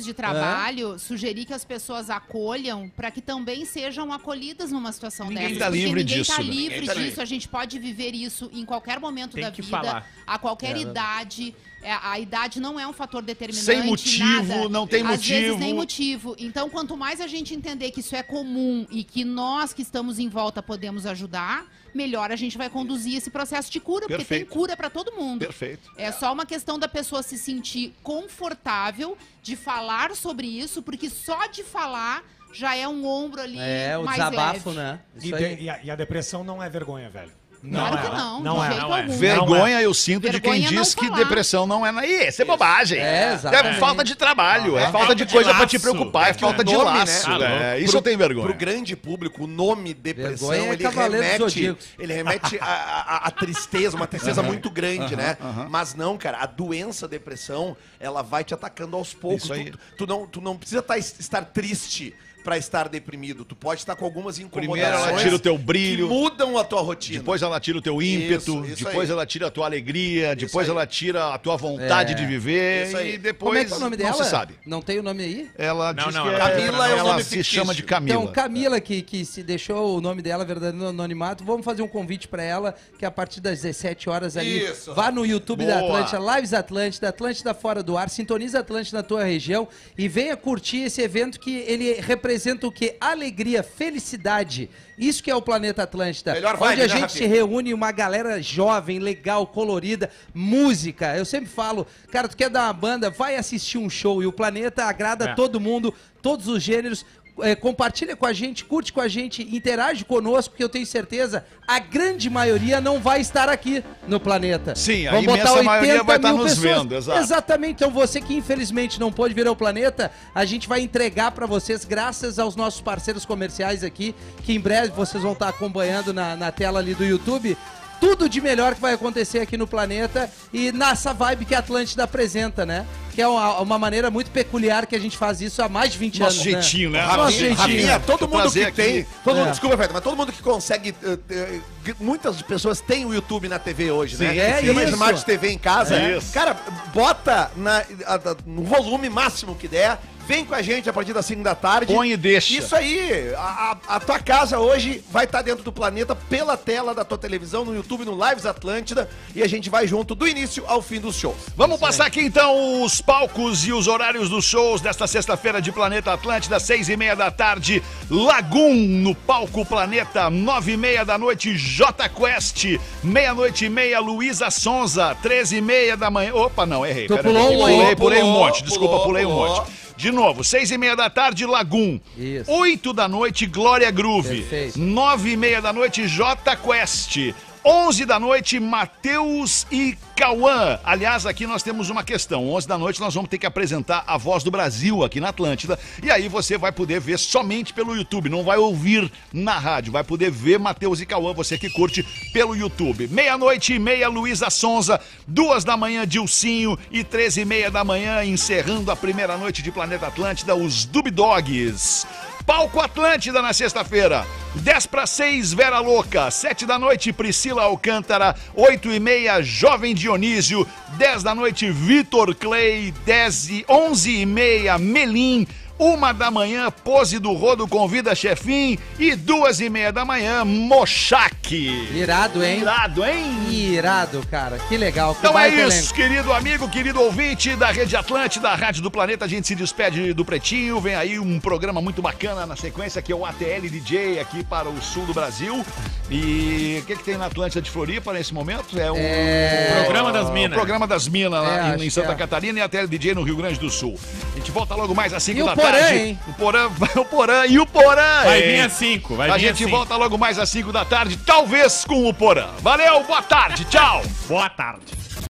C: É.
F: de trabalho, sugerir que as pessoas acolham para que também sejam acolhidas numa situação
G: Ninguém
F: dessa.
G: tá
F: porque
B: livre
F: ninguém
B: disso,
F: tá
B: né?
F: livre
D: Ninguém tá
F: disso.
D: livre.
F: A gente pode viver isso em qualquer momento
G: Tem
F: da
G: que
F: vida,
G: falar.
F: a qualquer idade. É, a idade não é um fator determinante.
B: Sem motivo,
F: nada.
B: não tem
F: Às
B: motivo.
F: Vezes, nem motivo. Então, quanto mais a gente entender que isso é comum e que nós que estamos em volta podemos ajudar, melhor a gente vai conduzir esse processo de cura, porque tem
B: Perfeito.
F: cura para todo mundo.
B: Perfeito.
F: É só uma questão da pessoa se sentir confortável de falar sobre isso, porque só de falar já é um ombro ali
C: É, o
F: mais
C: desabafo,
F: leve.
C: né?
E: E,
C: Isso
E: de-
C: aí.
E: e a, e a depressão não é vergonha, velho.
F: Claro
E: é,
F: que não,
E: Não
F: de
E: é.
F: jeito
E: não é.
F: algum.
B: Vergonha eu sinto de
F: Vergonha
B: quem
F: não
B: diz que
F: falar.
B: depressão não é. na- Ih, isso é bobagem.
C: É,
B: é
C: exatamente.
B: falta de trabalho, é, falta de
G: de
B: coisa pra te
G: laço.
B: preocupar, é
G: que
B: falta
D: o
B: de
D: nome, né?
B: laço.
G: Tá
B: né?
D: louco.
B: Isso eu tenho
D: Pro
B: vergonha.
D: grande público, o nome depressão,
C: Vergonha é
D: ele,
C: Cavaleiro dos
D: remete,
C: Zodíacos.
D: ele remete a, a- a tristeza, uma tristeza muito grande, né? Mas não, cara, a doença depressão, ela vai te atacando aos poucos.
B: Isso aí.
D: Tu, tu não, tu não precisa tá- estar triste pra estar deprimido. Tu pode estar com algumas
B: Primeiro
D: incomodações
B: ela tira o teu
D: que
B: brilho.
D: mudam a tua rotina.
B: Depois ela tira o teu ímpeto,
D: Isso, isso
B: depois
D: aí.
B: ela tira a tua alegria, depois
D: aí.
B: ela tira a tua vontade
C: É.
B: de viver
D: Isso aí.
B: e
C: Como é
B: depois
C: que é o nome
B: não
C: dela?
B: se sabe.
C: Não tem o nome aí?
B: Ela
G: Não,
B: diz
G: não,
B: que
G: ela-
B: Camila
D: Camila
B: é
D: é
B: o
D: o
B: ela
D: nome
B: se
D: fictício.
B: chama de Camila.
C: Então, Camila, que, que se deixou o nome dela verdadeiro no anonimato, vamos fazer um convite pra ela, que a partir das 17 horas ali,
D: Isso.
C: vá no YouTube da
B: Boa.
C: Atlântida, Lives Atlântida, Atlântida Fora do Ar, sintoniza Atlântida na tua região e venha curtir esse evento que ele representa o que? Alegria, felicidade. Isso que é o Planeta Atlântida.
D: Melhor
C: onde
D: vibe,
C: a
D: né,
C: gente se
D: Rafinha?
C: reúne uma galera jovem, legal, colorida, música. Eu sempre falo, cara, tu quer dar uma banda, vai assistir um show e o planeta agrada
G: É.
C: todo mundo, todos os gêneros. É, compartilha com a gente, curte com a gente, interage conosco, que eu tenho certeza a grande maioria não vai estar aqui no planeta.
B: Sim, a
C: Vamos
B: imensa maioria vai estar
C: mil
B: nos vendo, exato.
C: Exatamente, então você que infelizmente não pôde vir ao planeta, a gente vai entregar pra vocês, graças aos nossos parceiros comerciais aqui, que em breve vocês vão estar acompanhando na, na tela ali do YouTube. Tudo de melhor que vai acontecer aqui no planeta e nessa vibe que a Atlântida apresenta, né? Que é uma, uma maneira muito peculiar que a gente faz isso há mais de 20
B: Nosso
C: anos.
B: jeitinho, né?
C: Nosso
B: Rafinha-
D: Rafinha,
C: jeitinho.
D: Rafinha,
B: Vou
D: todo mundo que
B: trazer aqui.
D: tem. Todo mundo,
C: É.
D: desculpa, Fred, mas todo mundo que consegue. eh, eh, g- muitas pessoas têm o YouTube na TV hoje,
C: Sim,
D: né?
C: é
D: tem uma
C: isso.
D: Smart TV em casa.
B: É isso.
D: Cara, bota na, a- a- no volume máximo que der. Vem com a gente a partir das 5 da tarde.
B: Põe e deixa.
D: Isso aí, a, a- a tua casa hoje vai estar dentro do planeta pela tela da tua televisão, no YouTube, no Lives Atlântida. E a gente vai junto do início ao fim dos shows.
B: Vamos passar aqui então os palcos e os horários dos shows desta sexta-feira de Planeta Atlântida, seis e meia da tarde, Lagoon no palco Planeta, nove e meia da noite, J Quest, meia-noite e meia, Luísa Sonza, treze e meia da manhã, opa, não, errei.
C: Tu
B: peraí.
C: pulou um,
B: pulei,
C: hein?
B: pulei um
D: Pulou,
B: monte, desculpa,
D: pulou,
B: pulei um
D: pulou.
B: monte. De novo, seis e meia da tarde, Lagoon.
C: Isso.
B: Oito da noite, Glória Groove.
C: Perfeito.
B: Nove e meia da noite, J Quest. Onze da noite, Matheus e Cauã. Aliás, aqui nós temos uma questão. Onze da noite nós vamos ter que apresentar a Voz do Brasil aqui na Atlântida. E aí você vai poder ver somente pelo YouTube, não vai ouvir na rádio. Vai poder ver Matheus e Cauã, você que curte pelo YouTube. Meia-noite e meia, Luísa Sonza. Duas da manhã, Dilcinho. E treze e meia da manhã, encerrando a primeira noite de Planeta Atlântida, os Dub Dogs. Palco Atlântida na sexta-feira. 10 para 6, Vera Louca. 7 da noite, Priscila Alcântara. 8 e meia, Jovem Dionísio. 10 da noite, Vitor Clay. 10 e 11 e meia, Melim. Uma da manhã, Pose do Rodo convida chefim. E duas e meia da manhã, Mochaque.
C: Irado, hein?
B: Irado, hein?
C: Irado, cara. Que legal. que
B: Então é
C: baita elenco.
B: isso, querido amigo, querido ouvinte da Rede Atlântida, da Rádio do Planeta. A gente se despede do Pretinho. Vem aí um programa muito bacana na sequência, que é o ATL DJ aqui para o sul do Brasil. E o que, que tem na Atlântida de Floripa nesse momento? É o
G: Programa das
B: o
G: Minas.
B: programa das Minas
C: É,
B: lá em-
C: acho
B: em
C: que
B: Santa
C: é.
B: Catarina e a Tele DJ no Rio Grande do Sul. A gente volta logo mais às 5
C: E o
B: da
C: Porã,
B: tarde.
C: hein?
B: O Porã, o Porã e o Porã.
G: Vai
B: hein?
G: vir às 5, vai
B: A
G: vir assim. às
B: gente
G: 5.
B: volta logo mais às 5 da tarde, talvez com o Porã. Valeu, boa tarde, tchau.
G: Boa tarde.